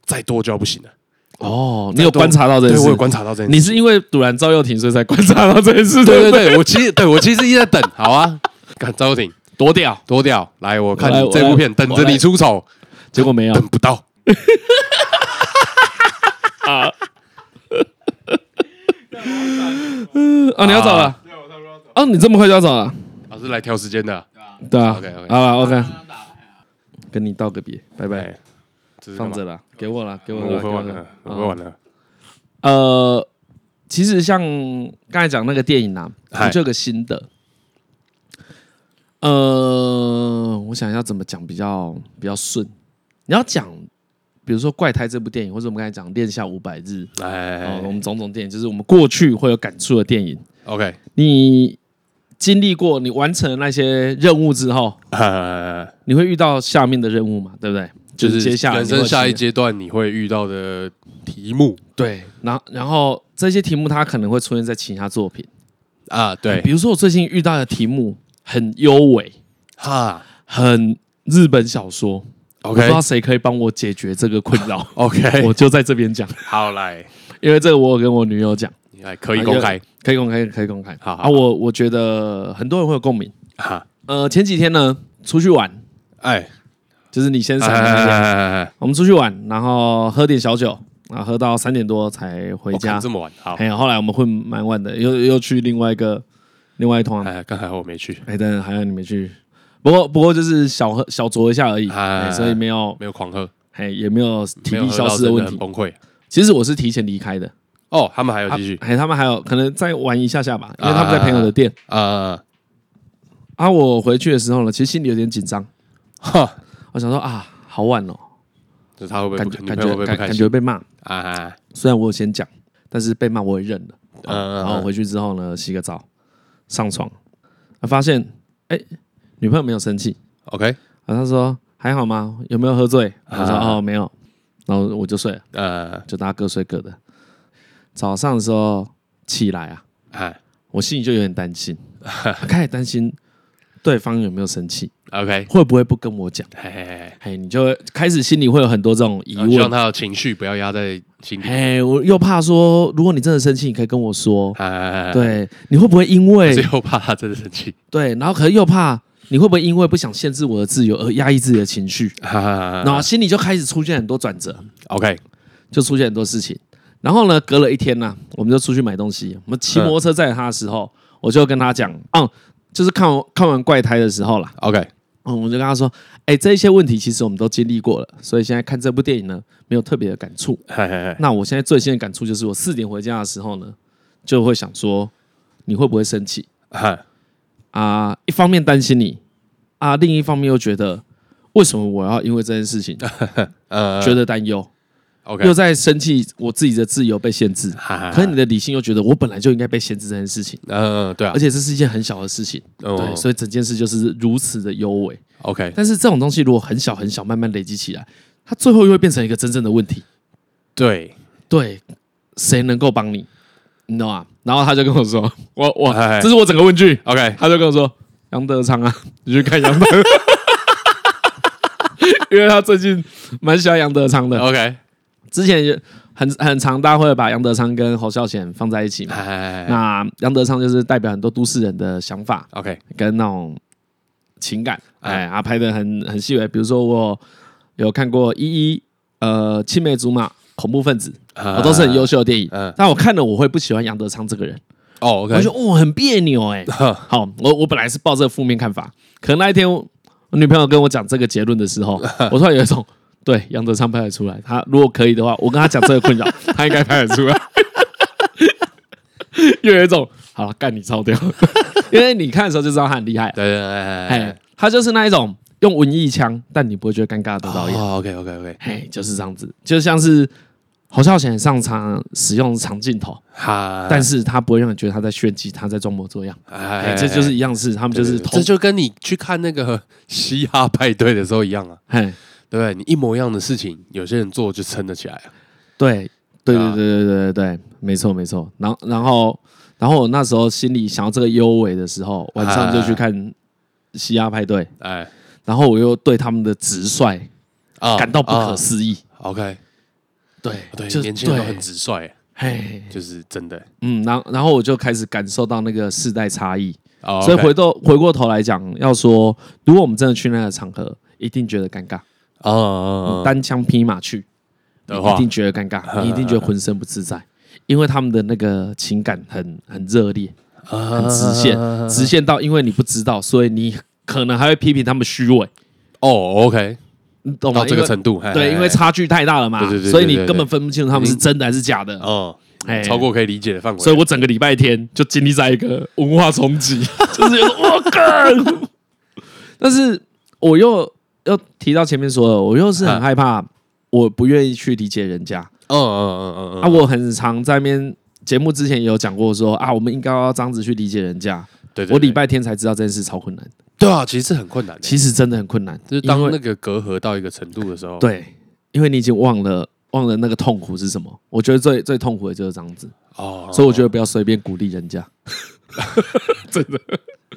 B: 再多就要不行了。
A: 哦，你有观察到这件
B: 对，我有
A: 事？
B: 观察到这件事。
A: 你是因为堵然赵又廷，所以才观察到这件事，
B: 对
A: 不
B: 对对，我其实对我其实一直在等，好啊，看赵又廷
A: 多屌，
B: 多屌，来我看
A: 我来
B: 你这
A: 我来
B: 部片，等着你出丑，
A: 结果没有
B: 等不到。
A: 啊！你要走了
C: 对，我差不多要走。
A: 哦，你这么快就要走了？
B: 老师来挑时间的，
A: 对啊
B: OK，OK
A: 好了，OK，
C: 刚刚打来啊，
A: 跟你道个别，拜拜，
B: 哎，这是
A: 放
B: 干嘛
A: 着，了，给我了，给我
B: 我
A: 了，嗯
B: 会完
A: 给我
B: 了
A: 啦，啊
B: 我会完了。
A: 呃，其实像刚才讲那个电影啊，
B: 嗨
A: 我就有个新的。呃，我想要怎么讲比较比较顺？你要讲，比如说《怪胎》这部电影，或者我们刚才讲《恋夏五百日》哦，我
B: 哎
A: 们种种电影，就是我们过去会有感触的电影。
B: ，OK，
A: 你经历过，你完成了那些任务之后，
B: 呃，
A: 你会遇到下面的任务嘛？对不对？
B: 就是
A: 接下来
B: 人
A: 你
B: 生
A: 会
B: 下
A: 经
B: 一
A: 历
B: 阶段你会遇到的题目
A: 对，然后然后这些题目它可能会出现在其他作品。
B: 啊，对
A: 比，如说我最近遇到的题目很优美，
B: 哈
A: 很日本小说我不知
B: ，OK，
A: 道谁可以帮我解决这个困扰
B: OK， [LAUGHS]
A: 我就在这边讲，
B: 好来，
A: 因为这个我有跟我女友讲，
B: 你来可以公开
A: 可以公开，可以公开。
B: 好好
A: 啊，
B: 好
A: 我我觉得很多人会有共鸣。
B: 哈，
A: 呃，前几天呢，出去玩，
B: 哎，
A: 就是你先
B: 哎
A: 闪
B: 哎
A: 我先闪，
B: 哎哎哎
A: 我们出去玩，然后喝点小酒，啊，喝到三点多才回
B: 我
A: 家
B: 哦看这。么晚，好，
A: 哎呀，后来我们混蛮晚的，又又去另外一个另外一团，
B: 哎，刚才我没去，
A: 哎，但是还有你们去，不过不过就是小喝小酌一下而已，
B: 哎
A: 哎所以没有
B: 没有狂喝，
A: 哎也没有体
B: 没有
A: 力
B: 喝
A: 消
B: 到
A: 失
B: 真
A: 问
B: 很
A: 题。
B: 崩溃。
A: 其实我是提前离开的，
B: 哦，他们还有
A: 啊
B: 继续
A: 哎，他们还有可能再玩一下下吧，因为
B: 啊
A: 他们在朋友的店。
B: 啊，
A: 啊，我回去的时候呢，其实心里有点紧张，
B: 哈，
A: 我想说啊，好晚哦，
B: 就是他会不会
A: 感
B: 不
A: 觉
B: 你
A: 感
B: 朋友
A: 觉
B: 会不会不
A: 感
B: 开
A: 感
B: 心
A: 觉被骂。
B: 啊？
A: 虽然我有先讲，但是被骂我也认了。啊
B: 嗯嗯
A: 然后回去之后呢，洗个澡，上床，啊发现哎，女朋友没有生气，
B: OK，
A: 啊她说还好吗？有没有喝醉？我说
B: 啊
A: 哦没有，然后我就睡了。
B: 呃，
A: 就大家各睡各的。早上的时候起来啊，
B: 哎
A: 我心里就有点担
B: [LAUGHS]
A: 心，开始担心对方有没有生气，
B: ，OK，
A: 会不会不跟我讲？
B: 嘿嘿嘿，
A: 嘿，你就会开始心里会有很多这种疑
B: 然后哦希望
A: 问。
B: 他的情绪不要压在心里。
A: 嘿，我又怕说，如果你真的生气，你可以跟我说。
B: 哎，
A: 对，你会不会因为
B: 最后怕他真的生气。
A: 对，然后可能又怕你会不会因为不想限制我的自由而压抑自己的情绪，
B: 啊
A: 然后心里就开始出现很多转折。
B: OK，
A: 就出现很多事情。然后呢，隔了一天呢、我们就出去买东西。我们骑摩托车载他的时候，我就跟他讲，嗯，就是看完看完怪胎的时候啦，
B: OK，
A: 嗯，我就跟他说，哎、这一些问题其实我们都经历过了，所以现在看这部电影呢，没有特别的感触。
B: 嘿嘿嘿，
A: 那我现在最新的感触就是，我四点回家的时候呢，就会想说，你会不会生气
B: 哈，
A: 啊？一方面担心你啊，另一方面又觉得，为什么我要因为这件事情
B: [LAUGHS] 呃
A: 觉得担忧，
B: OK，啊
A: 又在生气，我自己的自由被限制。
B: 哈哈哈
A: 可是你的理性又觉得我本来就应该被限制这件事情，
B: 嗯，对啊
A: 而，且这是一件很小的事情，对，
B: 嗯
A: 所以整件事就是如此的优美。
B: ，OK，
A: 但是这种东西如果很小很小，慢慢累积起来，它最后又会变成一个真正的问题。
B: 对，
A: 对，谁能够帮你？你懂吗？然后他就跟我说，我我
B: 哎哎
A: 这是我整个问句，
B: OK，
A: 他就跟我说杨德昌啊，你去看杨德， [LAUGHS] 因为他最近蛮喜欢杨德昌的，
B: OK，
A: 之前也很很常大会把杨德昌跟侯孝贤放在一起嘛。
B: 哎
A: 那杨德昌就是代表很多都市人的想法
B: ，OK，
A: 跟那种情感，
B: 哎
A: 哎，啊拍的很很细微。比如说我有看过《一一》，呃，青梅竹马。恐怖分子，
B: 我
A: 我哦都是很优秀的电影，
B: 嗯
A: 但我看了我会不喜欢杨德昌这个人，
B: 哦，OK，
A: 我就哦很别扭
B: [LAUGHS]
A: 哎、好，我我本来是抱这个负面看法，可那一天我我女朋友跟我讲这个结论的时
B: [LAUGHS]
A: 候，我突然有一种对杨德昌拍得出来，他如果可以的话，我跟他讲这个困扰， [LAUGHS] 他应该拍得出来， [LAUGHS] 又有一种好了，干你超屌， [LAUGHS] 因为你看的时候就知道他很厉害，
B: 对对对对
A: 哎，他就是那一种用文艺腔，但你不会觉得尴尬的导演，
B: 哦，OK OK OK，
A: 嘿，就是这样子，就像是侯孝贤上场使用长镜头，
B: 啊哈，
A: 但是他不会让你觉得他在炫技，他在装模作样。哎、
B: 哎
A: 这就是一样事，他们就是
B: 这就跟你去看那个 [LAUGHS] 嘻哈派对的时候一样啊，
A: 哎，
B: 对不对？你一模一样的事情，有些人做就撑得起来啊。
A: 对对对
B: 啊
A: 对对对对对，没错没错。然后然后然后我那时候心里想要这个优美的时候，晚上
B: 啊
A: 就去看西亚派对，
B: 哎
A: 然后我又对他们的直率
B: 啊
A: 感到不可思议。
B: 啊 OK，
A: 对
B: 对，
A: 就
B: 年轻人都很
A: 对
B: 直率，
A: 嘿，
B: 就是真的。
A: 嗯，然后然后我就开始感受到那个世代差异。
B: 哦
A: 所以回头回过头来讲，要说如果我们真的去那个场合，一定觉得尴尬。
B: 哦，
A: 单枪匹马去
B: 的
A: 你
B: 话
A: 一定觉得尴尬，你一定觉得浑身不自在，因为他们的那个情感很很热烈，很
B: 很
A: 直线，直线到因为你不知道，所以你可能还会批评他们虚伪，
B: 哦，OK，
A: 你懂吗？
B: 到这
A: 因
B: 个
A: 为
B: 程度，嘿哎
A: 对，因为，差距太大了嘛
B: 对对，对
A: 所以你
B: 对对对
A: 根本分不清楚他们是真的还是假的
B: 嘿。哦
A: 哎，
B: 超过可以理解的范围。
A: 所以我整个礼拜天就经历在一个文化冲击，就是
B: [LAUGHS]
A: 有种我靠。但是我又又提到前面说了，我又是
B: 啊
A: 很害怕，我不愿意去理解人家。
B: 嗯嗯嗯嗯嗯，
A: 啊，我很常在面节目之前也有讲过说啊，我们应该要这样子去理解人家。
B: 对对，
A: 我礼
B: 对
A: 拜天才知道这件事超困难，
B: 对啊，其实是很困难的，
A: 其实真的很困难，
B: 就是当
A: 因
B: 那
A: 为
B: 个隔阂到一个程度的时候，
A: 对，因为你已经忘了忘了那个痛苦是什么。我觉得最最痛苦的就是这样子，
B: 哦，
A: 所以我觉得不要随便鼓励人家，真的，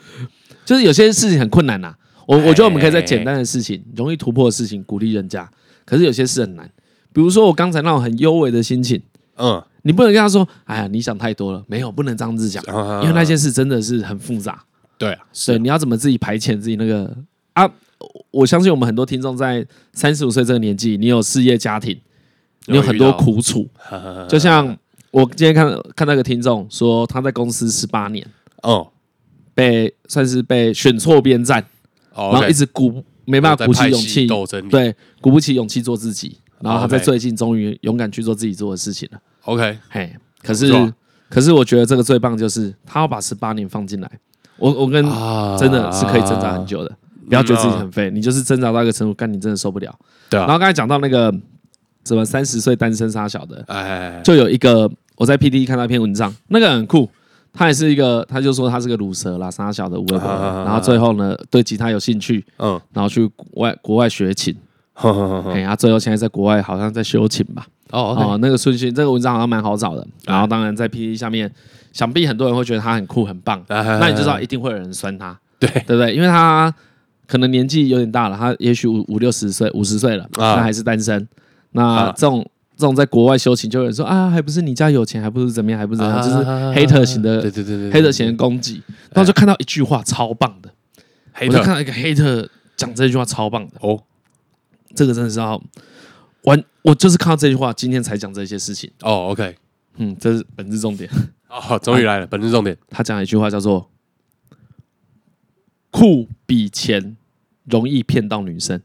A: [LAUGHS] 就是有些事情很困难呐、啊我我觉得我们可以在简单的事情、容易突破的事情鼓励人家，可是有些事很难。比如说我刚才那种很优美的心情，
B: 嗯，
A: 你不能跟他说：“哎呀，你想太多了。”没有，不能这样子讲。
B: 因
A: 因为那件事真的是很复杂，
B: 对啊，
A: 所以你要怎么自己排遣自己那个啊？我我相信我们很多听众在三十五岁这个年纪，你有事业、家庭，你有很多苦楚。就像我今天看看到一个听众说，他在公司十八年，
B: [LAUGHS] 哦
A: 被算是被选错边站，
B: 哦，
A: 然后一
B: 直
A: 直鼓没办法鼓起勇气，
B: 斗争里，
A: 对，鼓不起勇气做自己。然后他在
B: OK
A: 最近终于勇敢去做自己做的事情了。
B: ，OK，
A: 嘿，可是
B: 不错啊
A: 可是我觉得这个最棒就是他要把十八年放进来。我我跟
B: 啊
A: 真的是可以挣扎很，久的，不要觉得自己很废，你就是挣扎到一个程度，干你真的受不了。
B: 对
A: 然
B: 啊，
A: 后刚才讲到那个什么三十岁单身杀小的，
B: 哎，
A: 就有一个我在 P D E 看到一篇文章，那个很酷。他也是一个，他就说他是个乳蛇啦，傻小的无微博
B: 啊啊啊啊
A: 的，然后最后呢对吉他有兴趣，
B: [LAUGHS] 嗯，
A: 然后去国外国外学琴，
B: 哼哼哼哼
A: 哎，他最后现在在国外好像在修琴吧，
B: 哦
A: 哦，那个顺序，这个文章好像蛮好找的。
B: 哎
A: 然后当然在 PPT 下面，想必很多人会觉得他很酷很棒，
B: 哎
A: 那你就知道一定会有人酸他，
B: 对
A: 对不对？因为他可能年纪有点大了，他也许五五六十岁、五十岁了，
B: 啊
A: 但还是单身。那
B: 啊
A: 这种这种在国外修行，就有人说啊，还不是你家有钱，还不是怎么样，还不是怎么样，就是
B: 啊
A: hater 型
B: 对
A: 的
B: 对对对，哎
A: hater 型的攻击。然后就看到一句话超棒的，
B: 黑
A: 我就
B: 的
A: 看到一个 hater 讲这句话超棒的，
B: 哦
A: 这个真的是要完，我就是看到这句话，今天才讲这些事情。
B: 哦，OK，
A: 嗯，这是本质重点。
B: 哦，终于来了，本日重点，
A: 他讲了一句话叫做“酷比钱容易骗到女生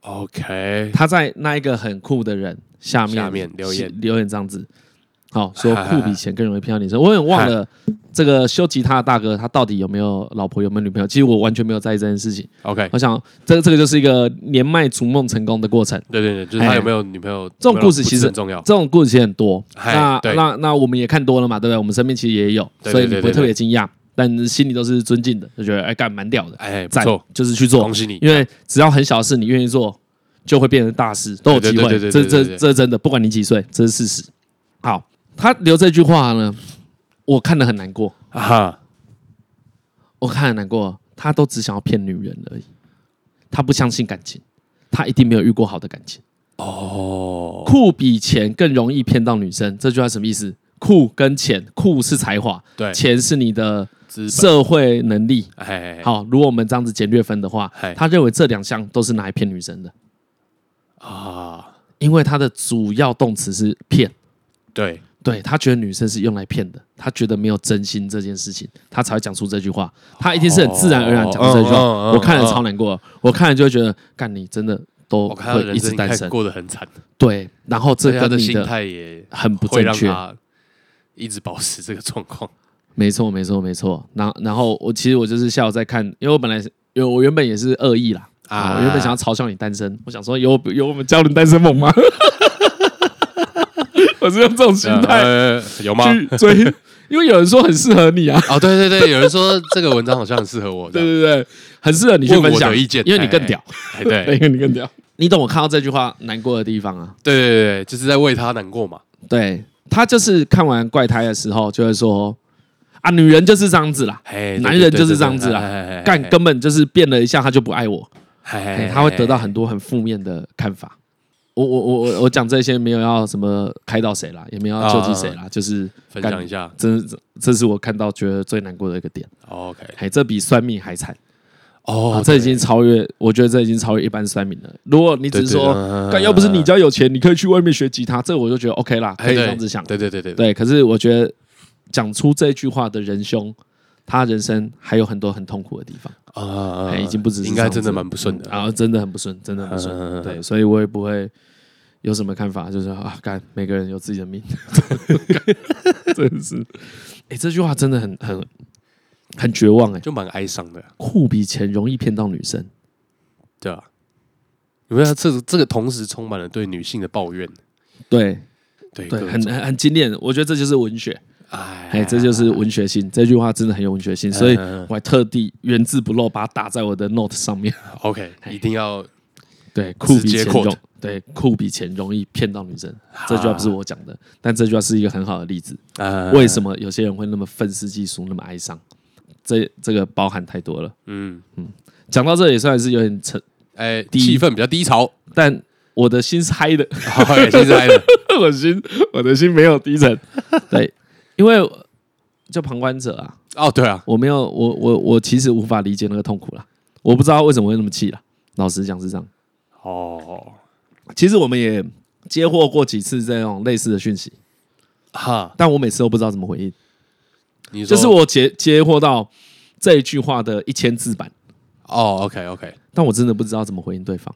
B: 哎 OK，”。
A: 他在那一个很酷的人下面
B: 下面留言
A: 留言这样子，好说酷比钱更容易骗到
B: [LAUGHS]
A: 女生。我有点忘了这个修吉他的大哥他到底有没有老婆有没有女朋友，其实我完全没有在意这件事情。
B: OK，
A: 我想这个这个就是一个年迈逐梦成功的过程。
B: 对对对，就是他有没有女朋友，
A: 这种故事其实
B: 很重要，
A: 这种故事其实很多，
B: 嗨
A: 那
B: 对
A: 那那我们也看多了嘛，对不对？我们身边其实也有，
B: 对对
A: 所以你
B: 对
A: 不会
B: 对
A: 特别惊讶，但心里都是尊敬的，就觉得哎干蛮屌的，
B: 哎，不
A: 赞
B: 错，，
A: 就是去做
B: 恭，喜你，
A: 因为只要很小的事你愿意做，就会变成大事，都有机会
B: 对对对。对
A: 这
B: 对对
A: 这
B: 对对
A: 这真的，不管你几岁，这是事实。好，他留这句话呢，我看得很难过，
B: 啊哈，
A: 我看得很难过。他都只想要骗女人而已，他不相信感情，他一定没有遇过好的感情。
B: 哦，
A: 酷比钱更容易骗到女生，这句话什么意思？酷跟钱，酷是才华，
B: 对，
A: 钱是你的
B: 资本，
A: 社会能力。
B: 哎，
A: 好，如果我们这样子简略分的话
B: 嗨，
A: 他认为这两项都是拿来骗女生的，
B: 啊，
A: 因为他的主要动词是骗，
B: 对，
A: 对他觉得女生是用来骗的，他觉得没有真心这件事情，他才会讲出这句话。他一定是很自然而然讲出这句话。
B: 哦嗯嗯嗯
A: 我看了
B: 嗯
A: 超难过，我看了就会觉得，干你真的都
B: 我看他
A: 会
B: 人
A: 一
B: 生
A: 直单
B: 应该
A: 身，
B: 过得很惨，
A: 对，然后这
B: 所以他
A: 跟
B: 的
A: 你
B: 心
A: 的
B: 态也
A: 很不
B: 会
A: 正
B: 让
A: 确，
B: 他一直保持这个
A: [LAUGHS]
B: 状况。
A: 没错，没错，没错。然然后我其实我就是下午在看，因为我本来是因为我原本也是恶意啦
B: 啊
A: 啊，我原本想要嘲笑你单身，我想说有有我们教人单身梦吗？ [LAUGHS] 我是用这种心态
B: 呃有吗？
A: 去追，因为有人说很适合你啊，
B: 哦，对对对，有人说这个文章好像很适合 [LAUGHS]
A: [LAUGHS]
B: 我，
A: 对啊对对，很适合你去
B: 问
A: 分
B: 我
A: 享
B: 的意见
A: 因为你更屌，
B: 哎，
A: 对，
B: 对对
A: 因为你更屌。你懂我看到这句话难过的地方啊？
B: 对对对，就是在为他难过嘛。
A: 对他就是看完怪胎的时候就会说啊，女人就是这样子啦，
B: 哎，
A: 男人就是这样子啦干根本就是变了一下他就不爱我。哎、
B: 干
A: 他会得到很多很负面的看法。我我我我我讲这些没有要什么开导谁啦，也没有要救济谁啦，就是
B: 哎分
A: 干
B: 享一下。
A: 这这这是我看到觉得最难过的一个点。
B: OK，
A: 哎，这比算命还惨啊！
B: 哦，
A: 这已经超越，我觉得这已经超越一般算命了。如果你只是
B: 对嗯对
A: 说，
B: 对
A: 干要不是你家有钱，你可以去外面学吉他，这我就觉得 OK 啦，
B: 哎
A: 可以
B: 对
A: 这样子想。
B: 对对对对，
A: 对，可是我觉得讲出这句话的仁兄，他人生还有很多很痛苦的地方。
B: 啊
A: 哎，已经不只是
B: 应
A: 这
B: 该
A: 样
B: 真的
A: 子
B: 蛮不顺的
A: 嗯然后真的很不顺，真的很不顺，
B: 嗯嗯嗯嗯
A: 对，所以我也不会有什么看法，就是啊，干每个人有自己的命， [LAUGHS] 真是，哎、这句话真的很很很绝望哎、
B: 就蛮哀伤的，
A: 酷比钱容易骗到女生，
B: 对啊。有没有这个这个同时充满了对女性的抱怨？
A: 对
B: 对
A: 对，
B: 各
A: 很
B: 种
A: 很很经典，我觉得这就是文学，
B: 哎
A: 哎、嗯这就是文学性，这句话真的很有文学性，所以我还特地原字不漏把它打在我的 note 上面，
B: OK，一定要
A: [LAUGHS] 对，酷比
B: 直接
A: 钱
B: quote
A: 容。啊对，酷比钱容易骗到女生，这句话不是我讲的，但这句话是一个很好的例子。
B: 啊
A: 为什么有些人会那么愤世嫉俗，那么哀伤？这这个包含太多了。
B: 嗯，
A: 讲到这也算是有点沉，
B: 哎，气氛比较低潮，
A: 但我的心是嗨的， [LAUGHS]
B: 现在了，
A: 我心我的心没有低 [LAUGHS] 沉。对，因为就旁观者啊，
B: 哦，对啊，
A: 我没有，我我我其实无法理解那个痛苦啦，我不知道为什么会那么气啦。老实讲是这样，
B: 哦，
A: 其实我们也接获过几次这种类似的讯息，
B: 哈，
A: 但我每次都不知道怎么回应。
B: 你说
A: 就是我接接获到这一句话的一千字版。
B: 哦，OK OK，
A: 但我真的不知道怎么回应对方，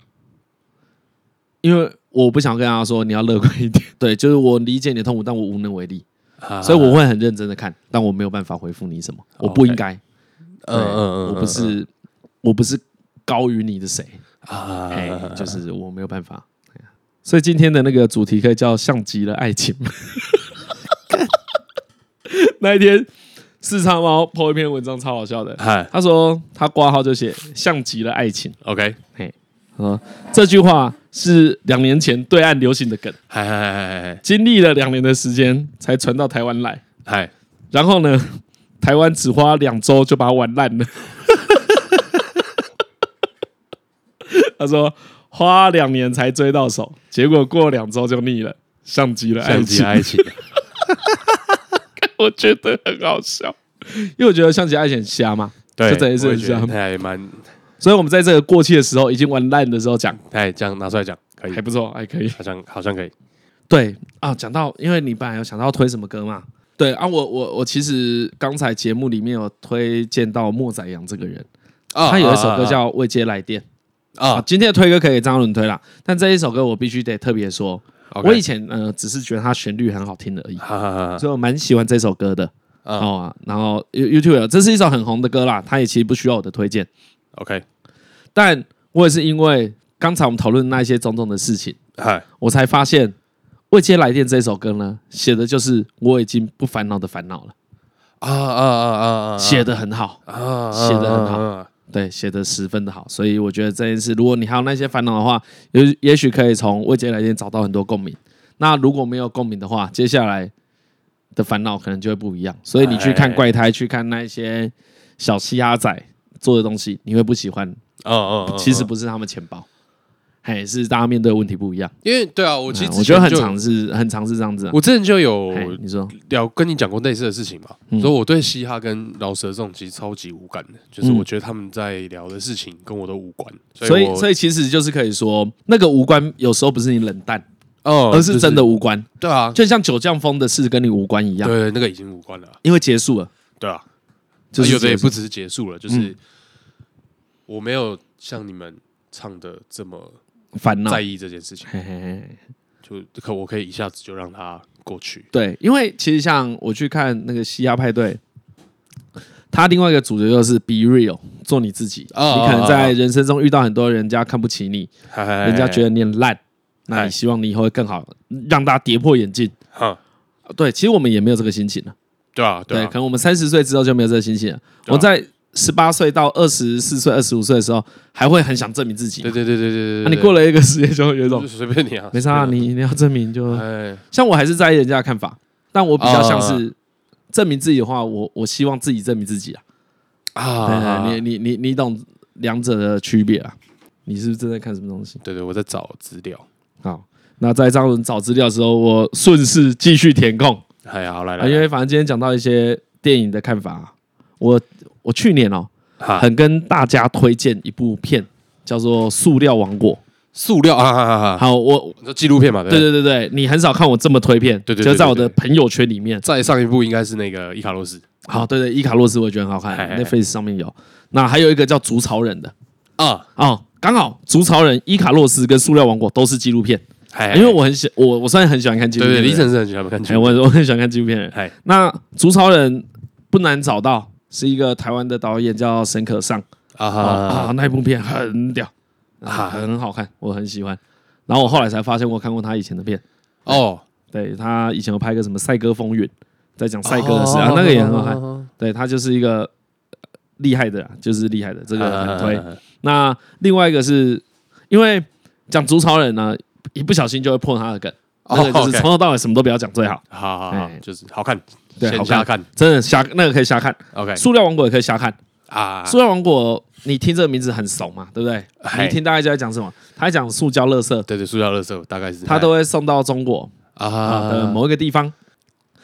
A: 因为我不想跟大家说你要乐观一
B: [LAUGHS]
A: 点。对，就是我理解你的痛苦，但我无能为力，
B: 啊
A: 所以我会很认真的看，但我没有办法回复你什么，我不应该。
B: 嗯
A: 对
B: 嗯嗯，
A: 我不是，我不是高于你的谁，
B: 啊，
A: 哎， [LAUGHS] 就是我没有办法。哎呀所以今天的那个主题可以叫“像极了爱情”。 [LAUGHS] 那一天，四叉猫 po 一篇文章，超好笑的。
B: 嗨
A: 他说他挂号就写“像极了爱情”。
B: ，OK，
A: 啊，这句话是两年前对岸流行的梗，
B: 嗨嗨嗨嗨
A: 经历了两年的时间才传到台湾来。
B: 嗨，
A: 然后呢， [LAUGHS] 台湾只花两周就把它玩烂了。 [LAUGHS] 他说花两年才追到手，结果过两周就腻了，像极了爱
B: 像极
A: 情。
B: 了爱情，
A: [LAUGHS] 我觉得很好笑，因为我觉得像极了爱情很瞎嘛，
B: 对，
A: 就等于是
B: 我也觉得
A: 这样
B: 还蛮，
A: 所以我们在这个过气的时候，已经玩烂的时候讲
B: 哎，这样拿出来讲可以
A: 还，不错，还可以。
B: 好像好像可以，
A: 对啊，讲到因为你本来有想到推什么歌嘛，对啊，我我我其实刚才节目里面有推荐到莫宰阳这个人，
B: 啊
A: 他有一首歌叫《未接来电》啊
B: 啊，
A: 今天的推歌可以张伦推啦，但这一首歌我必须得特别说，我以前呃只是觉得它旋律很好听而已，
B: 哈哈
A: 所以我蛮喜欢这首歌的。
B: 嗯
A: 哦、啊，然后 You- YouTube 有这是一首很红的歌啦，它也其实不需要我的推荐，
B: ，OK，
A: 但我也是因为刚才我们讨论那一些种种的事情，
B: 嗨，
A: 我才发现《未接来电》这首歌呢，写的就是我已经不烦恼的烦恼了，
B: 啊啊啊啊啊，
A: 写的很好，
B: 啊，
A: 对，写的十分的好，所以我觉得这件事，如果你还有那些烦恼的话，也也许可以从《未接来电》找到很多共鸣。那如果没有共鸣的话，接下来的烦恼可能就会不一
B: 哎
A: 样。所以你去看怪胎，去看那些小嘻哈仔做的东西，你会不喜欢。
B: 嗯嗯，嗯
A: 其实，不是他们钱包，嘿，是大家面对的问题不一样。
B: 因为对啊，我其实
A: 嗯
B: 之
A: 我觉得
B: 前
A: 很
B: 就
A: 常是很常是这样子啊。
B: [LAUGHS] 我之前就有
A: 嘿嗯你说，
B: 聊跟你讲过类似的事情嘛，所以我对嘻哈跟饶舌这种其实超级无感的，就是
A: 嗯
B: 我觉得他们在聊的事情跟我都无关，
A: 所以
B: 我
A: 所以其实就是可以说，那个无关，有时候不是你冷淡，
B: 哦
A: 而是真的，无关。
B: 就是对啊，
A: 就像九降风的事跟你无关一样，
B: 对，那个已经无关了，
A: 因为结束了，
B: 对啊，
A: 就是嗯
B: 有的也
A: 结束
B: 不只是结束了，就是我没有像你们唱的这么
A: 烦恼。
B: 在意这件事情，
A: 嘿嘿嘿
B: 就可我可以一下子就让它过去，
A: [LAUGHS] 对，因为其实像我去看那个西亚派对，他另外一个主角就是 be real，做你自己。
B: 哦
A: 你可能
B: 哦
A: 在
B: 哦
A: 人生中遇到很多人家看不起你，人
B: 人
A: 家觉得你很烂，那
B: 哎
A: 你希望你以后会更好，让大家跌破眼镜。
B: 哈，
A: 对，其实我们也没有这个心情了。
B: 对啊，对
A: 对，
B: 啊
A: 可，能我们三十岁之后就没有这个心情了。
B: 对啊
A: 我在十八岁到二十四岁、二十五岁的时候，还会很想证明自己
B: 对。对对对对对
A: 那
B: 对，
A: 啊你过了一个时间，就会有一种
B: 就随便你啊，
A: 没啥，
B: 随便
A: 你你要证明就
B: 哎。
A: 像我还是在意人家的看法，但我比较像
B: 啊
A: 是证明自己的话，我我希望自己证明自己啊。
B: 啊，
A: 对对你你你你懂两者的区别啊？你是不是正在看什么东西？
B: 对对，我在找资料。
A: 好，那在张伦找资料的时候，我顺势继续填空
B: 哎呀，好来
A: 啊，因
B: 来，
A: 为反正今天讲到一些电影的看法啊、我我去年哦，
B: 哈
A: 很跟大家推荐一部片，叫做《塑料王国》。
B: 塑料啊哈哈哈，
A: 好，我
B: 你说纪录片嘛？对不
A: 对
B: 对，
A: 对对对，你很少看我这么推片，
B: 对对对
A: 就在我的
B: 对对
A: 朋友圈里面。
B: 再上一部应该是那个伊卡洛斯
A: 好，对对，伊卡洛斯我也觉得很好看
B: 嘿嘿嘿
A: ，Netflix 上面有。那还有一个叫《竹草人》的
B: 啊，
A: 哦，刚好《竹草人》、伊卡洛斯跟《塑料王国》都是纪录片，
B: 哎，
A: 因为我很喜我我虽然很喜欢看纪录
B: 对对，
A: 片，对
B: 李晨是很喜欢看纪
A: 哎，
B: 录片，
A: 我我很喜欢看纪录片的人。
B: 哎，
A: 那《竹草人》不难找到，是一个台湾的导演叫沈可尚
B: 啊
A: 啊
B: 哈
A: 啊，那一部片很屌啊，
B: 啊
A: 很好看，我很喜欢。然后我后来才发现，我看过他以前的片，啊
B: 哦，
A: 对他以前有拍个什么《赛鸽风云》，在讲赛鸽的事啊，
B: 哦
A: 那个也很好看。
B: 看，
A: 对他就是一个呃厉害的啊，就是厉害的，这
B: 这
A: 个很
B: 嗯
A: 推。
B: 啊
A: 那另外一个是因为讲竹草人呢，一不小心就会破他的梗，
B: 哦
A: 那个就是从头到尾什么都不要讲最好，
B: 好好好
A: 哎，
B: 就是好看，
A: 对
B: 先
A: 好
B: 瞎
A: 看
B: 看
A: 真的瞎那个可以瞎看，
B: ，OK
A: 塑料王国也可以瞎看。
B: 啊，
A: 塑料王国你听这个名字很怂嘛，对不对？
B: 嗨
A: 你听大家就在讲什么？他在讲塑胶垃圾，
B: 对对，塑料垃圾大概是哎
A: 他都会送到中国啊的
B: 啊
A: 某一个地方，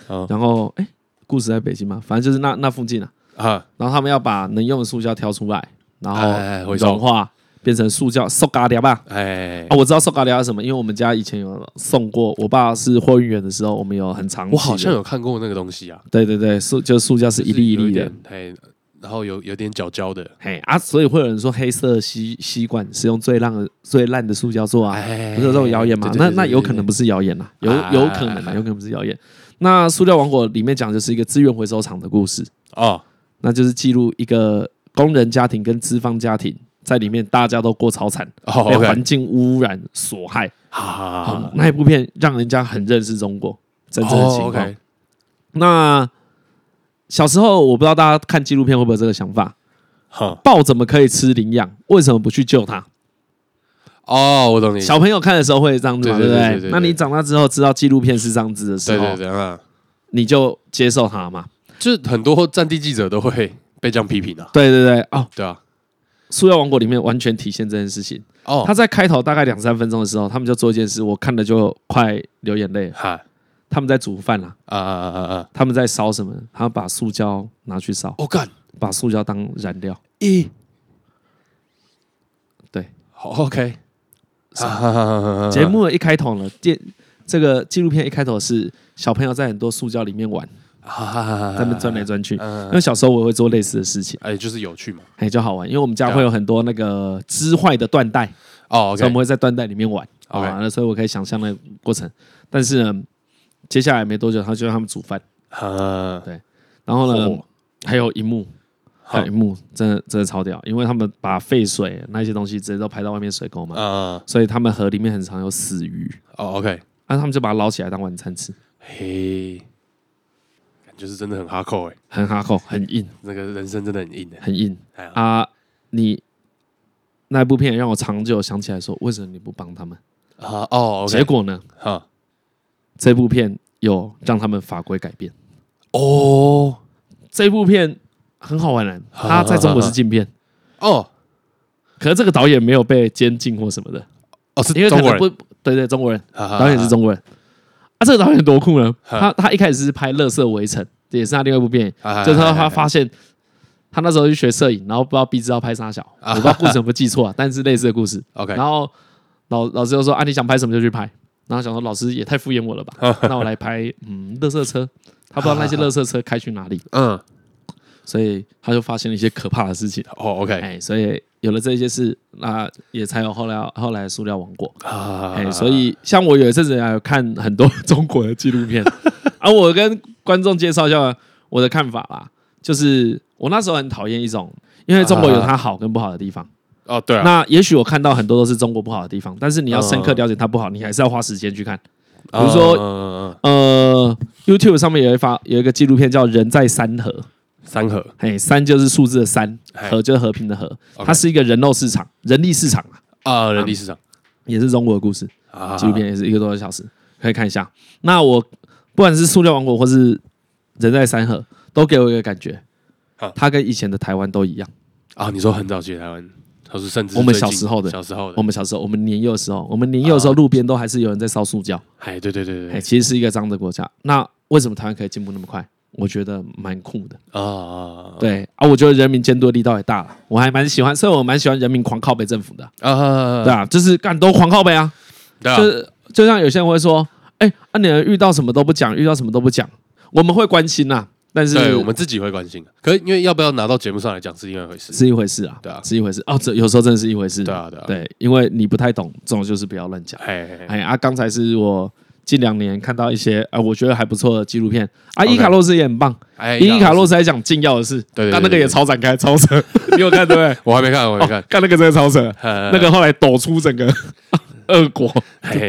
B: 哦
A: 然后哎，故事在北京嘛，反正就是那那附近啊。
B: 啊
A: 然后他们要把能用的塑胶挑出来，然
B: 哎
A: 后
B: 回收
A: 融化变成塑胶塑胶条吧。
B: 哎
A: 啊，，我知道塑胶条是什么，因为我们家以前有送过，我爸是货运员的时候，我们有很长。
B: 我好像，有看过那个东西啊，
A: 对对对，塑就是塑胶是一粒一粒的，，
B: 哎，然后有有点角胶的，
A: 嘿啊，所以会有人说黑色吸吸管是用最烂的最烂的塑胶做啊，
B: 哎
A: 不是有这种谣言吗？那那有可能不是谣言呐，有
B: 啊
A: 有可能啊，有可能不是谣言。那《塑料王国》里面讲的就是一个资源回收厂的故事，
B: 哦，
A: 那就是记录一个工人家庭跟资方家庭在里面，大家都过超惨，
B: 哦
A: 被
B: ，OK，
A: 环境污染所害。嗯
B: 啊，哦
A: 那一部片让人家很认识中国真正的情况。
B: o k
A: 那小时候我不知道大家看纪录片会不会有这个想法：
B: 哈，
A: 豹怎么可以吃羚羊？为什么不去救它？
B: 哦，我懂你，
A: 小朋友看的时候会这样子嘛，
B: 对
A: 不
B: 对对对对对
A: 那你长大之后知道纪录片是这样子的时
B: 对
A: 候，
B: 对对啊，
A: 你就接受它嘛。
B: 就是很多战地记者都会被这样批评的、啊，
A: 对对对，哦，
B: [LAUGHS] 对啊，
A: 《塑料王国》里面完全体现这件事情。
B: 哦，
A: 他在开头大概两三分钟的时候，他们就做一件事，我看了就快流眼泪了。
B: 哈
A: 他们在煮饭啦，
B: 啊啊啊啊啊，
A: 他们在烧什么？他们把塑胶拿去烧，
B: 哦干
A: 把塑胶当燃料。
B: 一，
A: 对，
B: 好 OK，啊
A: 节目的一开头呢，电这个纪录片一开头是小朋友在很多塑胶里面玩，
B: 啊
A: 在那边钻来钻去。因
B: 嗯，
A: 为小时候我也会做类似的事情，
B: 哎，就是有趣嘛，
A: 哎，就好玩。因为我们家
B: 对啊
A: 会有很多那个织坏的缎带，
B: 哦
A: 所以我
B: ，OK，
A: 们会在缎带里面玩。好
B: OK
A: 吧，那所以我可以想象那个过程。但是呢，接下来没多久，他就让他们煮饭，
B: 啊，
A: 然后呢，
B: 哦
A: 还有一幕，还
B: 好
A: 有一幕真的真的超屌，因为他们把废水那些东西直接都排到外面水沟嘛，
B: 啊，
A: 所以他们河里面很常有死鱼，
B: 哦，OK，
A: 那、他们就把它捞起来当晚餐吃，
B: 嘿，感觉是真的很哈扣哎，
A: 很哈扣，很硬，
B: 那个人生真的很硬哎，
A: 很硬
B: 哎呀，
A: 啊！你那部片让我长久想起来说，为什么你不帮他们
B: 啊，哦，OK，
A: 结果呢，
B: 哈，
A: 这部片有让他们法规改变。
B: 哦
A: 这部片很好玩，啊它在中国是禁片，
B: 哦
A: 可是这个导演没有被监禁或什么
B: [LAUGHS]
A: 的，
B: 哦，是
A: 因为可
B: 中国
A: 能
B: 人
A: 不，对对，中国人，
B: 导
A: 导演是中国人。啊，这个导演多酷呢！
B: 哈
A: 他他一开始是拍《乐色围城》，也是他另外一部片，
B: 啊
A: 就是他他发现他那时候去学摄影，然后不知道必知道拍啥小，我不知道故事有没有记错啊，但是类似的故事。
B: OK
A: 然后老老师就说：“啊，你想拍什么就去拍。”然后想说老师也太敷衍我了吧，
B: 啊
A: [LAUGHS] 那我来拍嗯，乐色车。他不知道那些乐色车开去哪里，
B: 嗯
A: 所以他就发现了一些可怕的事情。
B: 哦 OK
A: 哎，所以有了这些事，那也才有后来后来塑料王国。
B: 啊
A: 哎、所以像我有一阵子还有看很多 [LAUGHS] 中国的纪录
B: [LAUGHS]
A: 片，啊，我跟观众介绍一下我的看法啦，就是我那时候很讨厌一种，因为中国有它好跟不好的地方，
B: 哦对啊，
A: 那也许我看到很多都是中国不好的地方，但是你要深刻了解它不好，你还是要花时间去看。比如说
B: 嗯嗯嗯嗯
A: 呃，YouTube 上面有一发有一个纪录片叫《人在三河》，
B: 三河
A: 嘿，三就是数字的三，
B: 嘿
A: 和就是和平的和，
B: 哎 OK
A: 它是一个人肉市场、人力市场啊，
B: 啊，人力市场
A: 也是中国的故事。
B: 啊
A: 纪录片也是一个多小时，可以看一下。那我不管是《塑料王国》或是《人在山河》，都给我一个感觉
B: 啊，
A: 它跟以前的台湾都一样。
B: 啊，你说很早期的台湾，他是甚至是
A: 我们
B: 最近
A: 小时候的
B: 小时候的
A: 我，们小时候，我们年幼的时候，我们年幼的时候，路边都还是有人在烧塑胶。
B: 哎对对啊对
A: 哎，
B: 对
A: 其实是一个这样的国家。那为什么台湾可以进步那么快？我觉得蛮酷的。
B: 啊啊
A: 对啊，我觉得人民监督的力道也大了，我还蛮喜欢，所以我蛮喜欢人民狂靠北政府的，
B: 啊啊
A: 对啊，就是干都狂靠北啊。
B: 对啊
A: 就是就像有些人会说，哎、啊，你们遇到什么都不讲，遇到什么都不讲，我们会关心呐、啊但是
B: 对，我们自己会关心的。可是因为要不要拿到节目上来讲是另外一回事。
A: 是一回事啊，
B: 对啊
A: 是一回事哦，这有时候真的是一回事，
B: 对啊对啊
A: 对，因为你不太懂，这种就是不要乱讲。
B: 哎哎哎
A: 哎啊，刚才是我近两年看到一些啊，我觉得还不错的纪录片啊，
B: OK
A: 伊卡洛斯也很棒，
B: 哎，
A: 伊卡洛
B: 斯，
A: 斯在讲禁药的事，
B: 对对对
A: 但那个
B: 对
A: 也超展开，超扯，你有看对不对？
B: 我还没看，我还没看
A: 哦，。看那个真的超扯，
B: 呃
A: 那个后来抖出
B: [LAUGHS]
A: 整个俄国
B: 嘿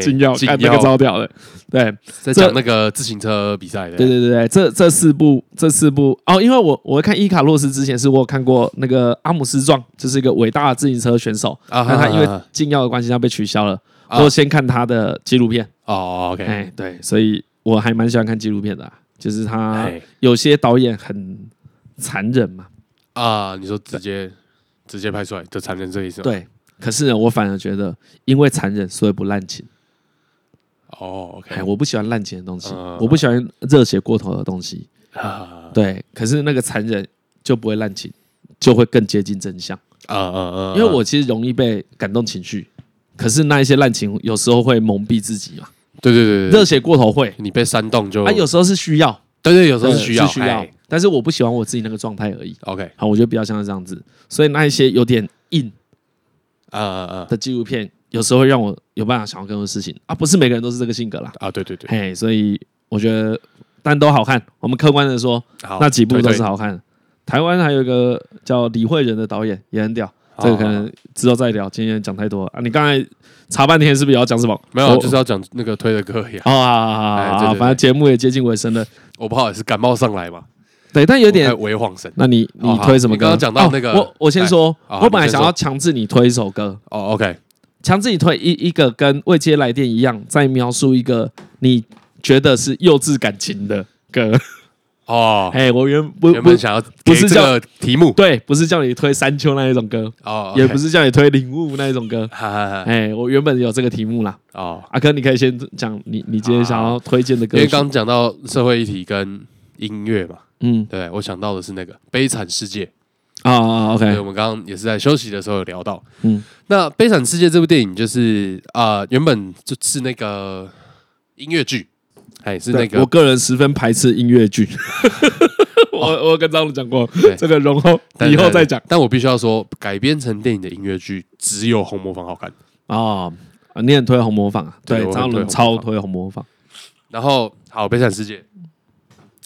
A: [LAUGHS] 禁药，
B: 禁
A: 看那个
B: 药
A: 超屌的，对。
B: 在
A: 这
B: 讲那个自行车比赛的，
A: 对对对对，这这四部这四部哦，因为我我看伊卡洛斯之前是我有看过那个阿姆斯壮，就是一个伟大的自行车选手，
B: 啊
A: 但他因
B: 啊啊
A: 为
B: 啊
A: 禁药的关系，他被取消了。
B: 啊
A: 我有先看他的纪录片，
B: 哦，OK，
A: 哎，对，所以我还蛮喜欢看纪录片的啊、就是他
B: 哎
A: 有些导演很残忍嘛，
B: 啊，你说直接直接拍出来就残忍这一思吗？
A: 对。可是呢，我反而觉得，因为残忍，所以不滥情。
B: 哦
A: 哎，
B: ，OK，
A: 我不喜欢滥情的东西，
B: 嗯
A: 我不喜欢热血过头的东西。
B: 啊
A: 对，可是那个残忍就不会滥情，就会更接近真相。
B: 啊啊啊！
A: 因为我其实容易被感动情绪，可是那一些滥情有时候会蒙蔽自己嘛，
B: 对对对对
A: 热
B: 对，
A: 血过头会，
B: 你被煽动就
A: 啊，有时候是需要，
B: 对对，有时候是需要
A: 是需要
B: 哎，
A: 但是我不喜欢我自己那个状态而已。
B: ，OK，
A: 好，我觉得比较像是这样子，所以那一些有点硬
B: 啊啊啊
A: 的纪录片，有时候会让我有办法想到更多事情啊，不是每个人都是这个性格啦，
B: 啊！对对对，
A: 嘿，所以我觉得但都好看，我们客观的说，
B: 好，
A: 那几部都是
B: 好，
A: 好看的。台湾还有一个叫李慧仁的导演也很屌，这个可能之后再聊，今天讲太多啊。你刚才查半天是不是也要讲什么？
B: 没有，啊
A: 我
B: 就是要讲那个推的歌一样。
A: 哦啊，好
B: 哎
A: 好
B: 对
A: 好
B: 对
A: 反正节目也接近尾声了。
B: 我不好意思，感冒上来嘛，
A: 对，但有点
B: 我太，微晃神。
A: 那你
B: 哦
A: 你
B: 好
A: 推什么歌？
B: 你刚刚讲到那个
A: 哦我我先说，
B: 哎哦
A: 我本来
B: 你先
A: 想
B: 说
A: 要强制你推一首歌，
B: 哦，OK，
A: 强制你推一一个跟《未接来电》一样，在描述一个你觉得是幼稚感情的歌。
B: 哦，
A: 哎，我原不
B: 原
A: 不
B: 本想要
A: 不是
B: 给这
A: 叫
B: 个题目
A: 对，不是叫你推山丘那一种歌，
B: 哦，
A: 也不，是叫你推领悟那一种
B: [LAUGHS]
A: 歌。
B: 哈哈哈，
A: 哎，我原本有这个题目啦，
B: 哦，
A: 阿哥，你可以先讲你你今天想要推荐的歌
B: 因
A: 曲。
B: 为刚讲到社会议题跟音乐嘛，
A: 嗯
B: 对我想到的是那个《悲惨世界》，
A: 啊啊
B: 对，
A: ，OK，
B: 我们刚刚也是在休息的时候有聊到。
A: 嗯
B: 那《悲惨世界》这部电影就是啊、呃原本就是那个音乐剧，哎，是那
A: 对我
B: 个
A: 个人十分排斥音乐
B: [LAUGHS]
A: 剧。我我跟张鲁讲过
B: 哦对
A: 这个，然后
B: 但
A: 以后再讲
B: 但但我必须要说，改编成电影的音乐剧只有《红磨坊》好看。
A: 哦。啊你很推红模仿啊？
B: 对
A: 对，
B: 我很
A: 张
B: 推
A: 伦
B: 红
A: 超
B: 模仿
A: 推红模仿。
B: 然后好，《悲惨世界》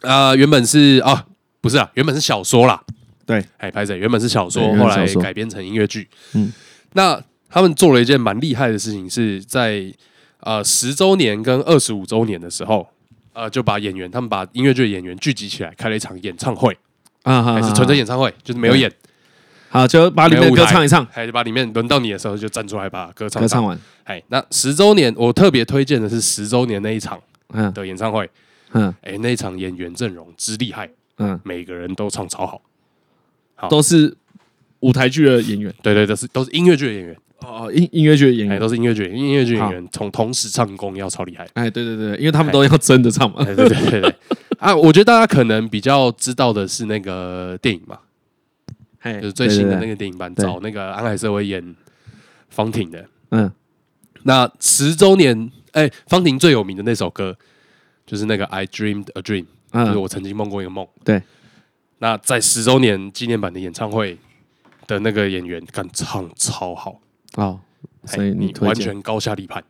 B: 啊、原本是啊，不是啊，原本是小说啦。
A: 对，
B: 哎，拍者原本是小说
A: 对，原
B: 后
A: 本是小
B: 来
A: 说
B: 改编成音乐剧。
A: 嗯
B: 嗯，那他们做了一件蛮厉害的事情，是在呃十周年跟二十五周年的时候，呃，就把演员他们把音乐剧的演员聚集起来，开了一场演唱会，
A: 啊
B: 还
A: 还
B: 是纯粹演唱会，就是没有演，
A: 好，就把里面的歌唱一唱，
B: 哎还就把里面轮到你的时候就站出来把歌唱
A: 歌唱
B: 上。
A: 完。
B: 哎，那十周年我特别推荐的是十周年那一场
A: 嗯
B: 的演唱会，
A: 嗯
B: 哎、那一场演员阵容之厉害，
A: 嗯，
B: 每个人都唱超好。
A: 都是舞台剧的演员
B: 对对，都是都是音乐剧的演员，
A: 哦，音音乐剧的演
B: 哎、
A: 员。
B: 都是音乐剧演员音乐剧演
A: 好
B: 员，从同时唱功要超厉害。哎
A: 哎，对对对，因为他们都要真的唱嘛。
B: 对对对对对，啊，我觉得大家可能比较知道的是那个电影嘛，
A: 哎，
B: 就是最新的那
A: 个，
B: 个电影版，
A: 对
B: 找那个安海瑟薇演方婷的。
A: 嗯，
B: 那十周年，哎、方婷最有名的那首歌就是那个《I Dreamed a Dream》，就是
A: 嗯
B: 我曾经梦过一个梦。
A: 对，
B: 那在十周年纪念版的演唱会的那个演员，干唱超好，
A: 哦，
B: 哎
A: 所以你
B: 你
A: 推
B: 完
A: 荐
B: 全高下立判，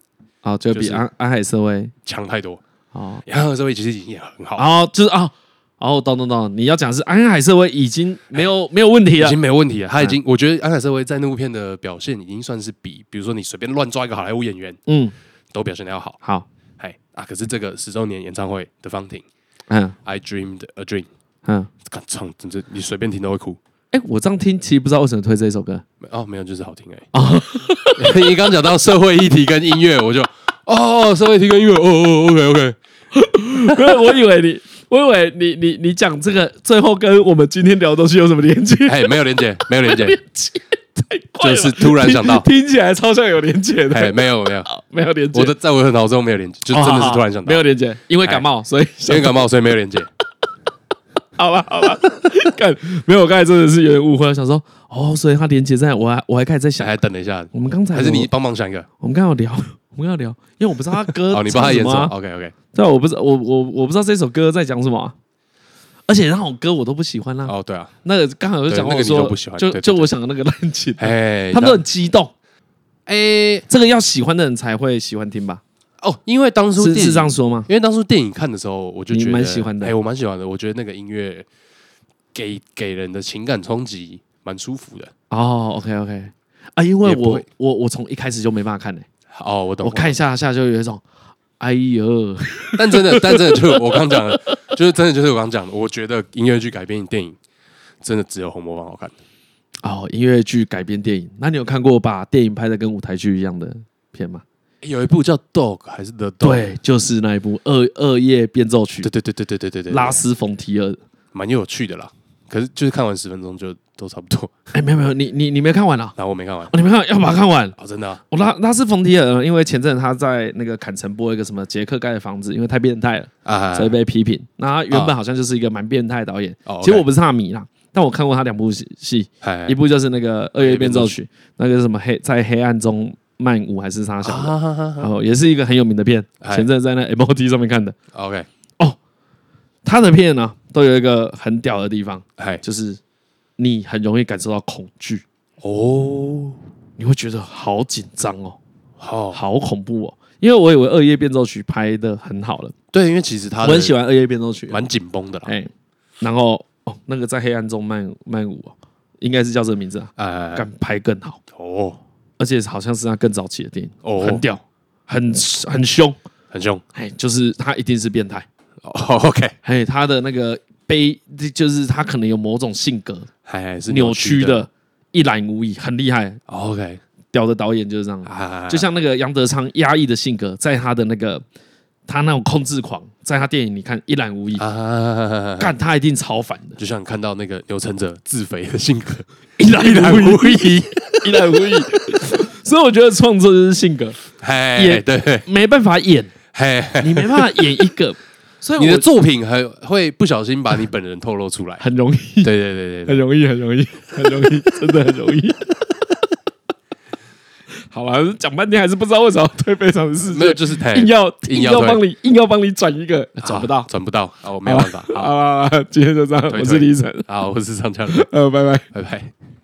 A: 哦，就比
B: 就是
A: 安安海瑟薇
B: 强太多。
A: 哦，
B: 安海瑟薇其实已经也很好，
A: 然后就是哦，哦，懂懂懂，你要讲的是安海瑟薇已经没有没有问题
B: 已
A: 了
B: 经，没有问
A: 嗯
B: 题了。他已经，我觉得安海瑟薇在那部片的表现已经算是比，比如说你随便乱抓一个好莱坞演员
A: 嗯，
B: 都表现的要好。
A: 好，
B: 哎啊，可是这个十周年演唱会的方婷，《
A: 嗯
B: I Dreamed a Dream》，
A: 嗯，
B: 干唱真是你随便听都会哭。
A: 哎，我这样听其实不知道为什么推这首歌， [LAUGHS]
B: 没哦，没有，就是好听而
A: 哦
B: [LAUGHS] 已。你刚讲到社会议题跟音乐，我就哦，社会议题跟音乐，哦哦，OK OK，
A: 因为我以为你，我以为你你你讲这个最后跟我们今天聊的东西有什么连接？
B: 哎，没有连接，没
A: [LAUGHS]
B: 有连接，
A: 太怪了 [LAUGHS]
B: 就是突然想到
A: 听听起来超像有连接
B: 哎，
A: 的，
B: 没有
A: [LAUGHS]
B: 没有，
A: 没有连接，
B: 我的在我的脑中没有连接，就
A: 哦
B: 真的是突然想
A: 没
B: 到，哎
A: 有连接，因为感冒，所以
B: 因为感冒所以没有连接。
A: 好了好 [LAUGHS] 了，看没有，我刚才真的是有点误会，我想说哦，所以它连接在我还我还开始在
B: 想
A: 想，
B: 还等了
A: [LAUGHS]
B: 一下，
A: 我们刚才
B: 还是你
A: 有
B: 帮
A: [LAUGHS]
B: 忙想一个？
A: 我们刚刚有聊，我们刚刚有聊，因为我不知道他歌
B: 哦，你帮他
A: 唱
B: 演
A: 什么
B: 什么
A: 啊，
B: ？OK OK，
A: [LAUGHS] 对啊，我不知道我我我不知道这首歌在讲什么啊、而且那种歌我都不喜欢啦、
B: 哦对啊，
A: 那个刚好就讲我
B: 对那个你
A: 说，
B: 就不喜欢
A: 就
B: 对对
A: 就
B: 对
A: 我想的那个烂琴，
B: 哎，
A: 他们都很激动，
B: 哎
A: 这个要喜欢的人才会喜欢听吧？
B: 哦，因为当初
A: 是
B: 电
A: 是
B: 影
A: 这样说吗？
B: 因为当初电影看的时候，我就觉得
A: 你蛮喜欢的
B: 哎、我蛮喜欢的。我觉得那个音乐给给人的情感冲击蛮舒服的。
A: 哦，OK OK 啊，因为
B: 也不
A: 我
B: 会
A: 我我从一开始就没办法看呢、
B: 哦，我懂。
A: 我看一下下就有一种，哎呦，
B: 但真的，但真的就是我刚讲的，就是真的就是我刚讲的，我觉得音乐剧改编电影真的只有《红魔方》好看。
A: 哦，音乐剧改编电影，那你有看过把电影拍的跟舞台剧一样的片吗？
B: 有一部叫《Dog》还是《The Dog》？
A: 对，就是那一部《恶恶夜变奏曲》
B: 对对对对对对对对，
A: 拉斯冯提尔。
B: 蛮有趣的啦。可是就是看完十分钟就都差不多，
A: 哎，没有没有，你你你没看完啊？
B: 然后我没看完。
A: 哦你没看，要把它看完。
B: 哦，真的、啊，
A: 我拉拉斯冯提尔，呃因为前阵子他在那个坎城播一个什么捷克盖的房子，因为太变态了，
B: 啊
A: 所以被批评。那他原本好像就是一个蛮变态的导演，
B: 哦，OK
A: 其实我不是他的迷啦，但我看过他两部戏戏，
B: 哎
A: 一部就是那个《二月变奏曲》，那个是什么黑在黑暗中漫舞还是啥小的，
B: 啊哈哈哈
A: 然后也是一个很有名的片，
B: 哎
A: 前阵子在那 MOD 上面看的。
B: ，OK，
A: 他的片呢、都有一个很屌的地方，
B: 哎，
A: 就是你很容易感受到恐惧，
B: 哦，
A: 你会觉得好紧张哦。
B: 好，
A: 好恐怖哦！因为我以为《二夜变奏曲》拍的很好了，
B: 对，因为其实他
A: 我
B: 的
A: 很喜欢《二夜变奏曲》。
B: 蛮紧绷的啦。
A: 哎，然后哦，那个在黑暗中漫漫舞哦，应该是叫这个名字啊，
B: 哎，
A: 敢拍更好，
B: 哦，
A: 而且好像是他更早期的电影，
B: 哦
A: 很屌，很很凶，
B: 很凶。
A: 哎，就是他一定是变态，
B: 哦，OK，
A: 哎，他的那个悲，就是他可能有某种性格
B: 哎，是
A: 扭曲
B: 的。
A: 的，一览无遗，很厉害，
B: 哦 OK，
A: 屌的导演就是这样。
B: 啊，
A: 就像那个杨德昌压抑的性格，在他的那个他那种控制狂，在他电影里看一览无遗，
B: 啊，
A: 干他一定超烦的，
B: 就像你看到那个刘承哲自肥的性格，
A: 一览无
B: 无疑。
A: [LAUGHS] 遗，一览无遗。所以我觉得创作就是性格，也
B: 嘿，对，
A: 没办法演，
B: 嘿，嘿
A: 你没办法演一个， [LAUGHS] 所以
B: 你的
A: 我
B: 作品很会不小心把你本人透露出来。
A: 很容易，
B: 对对对对
A: 很
B: 对，
A: 容易，很容易，很容易，真的很容易。好了，讲半天还是不知道为什么要推非常的世
B: 没有
A: 界，
B: 就是嘿
A: 硬要
B: 硬
A: 硬
B: 要
A: 要
B: 推
A: 帮你硬要帮你转一个，
B: 啊
A: 转不到。
B: 转不 [LAUGHS] 到，哦，没有办法。好，
A: 好啦，今天就这样，
B: 推
A: 我是
B: 推
A: 李晨，
B: 好，我是张嘉伦，
A: 呃，拜拜。
B: 拜拜。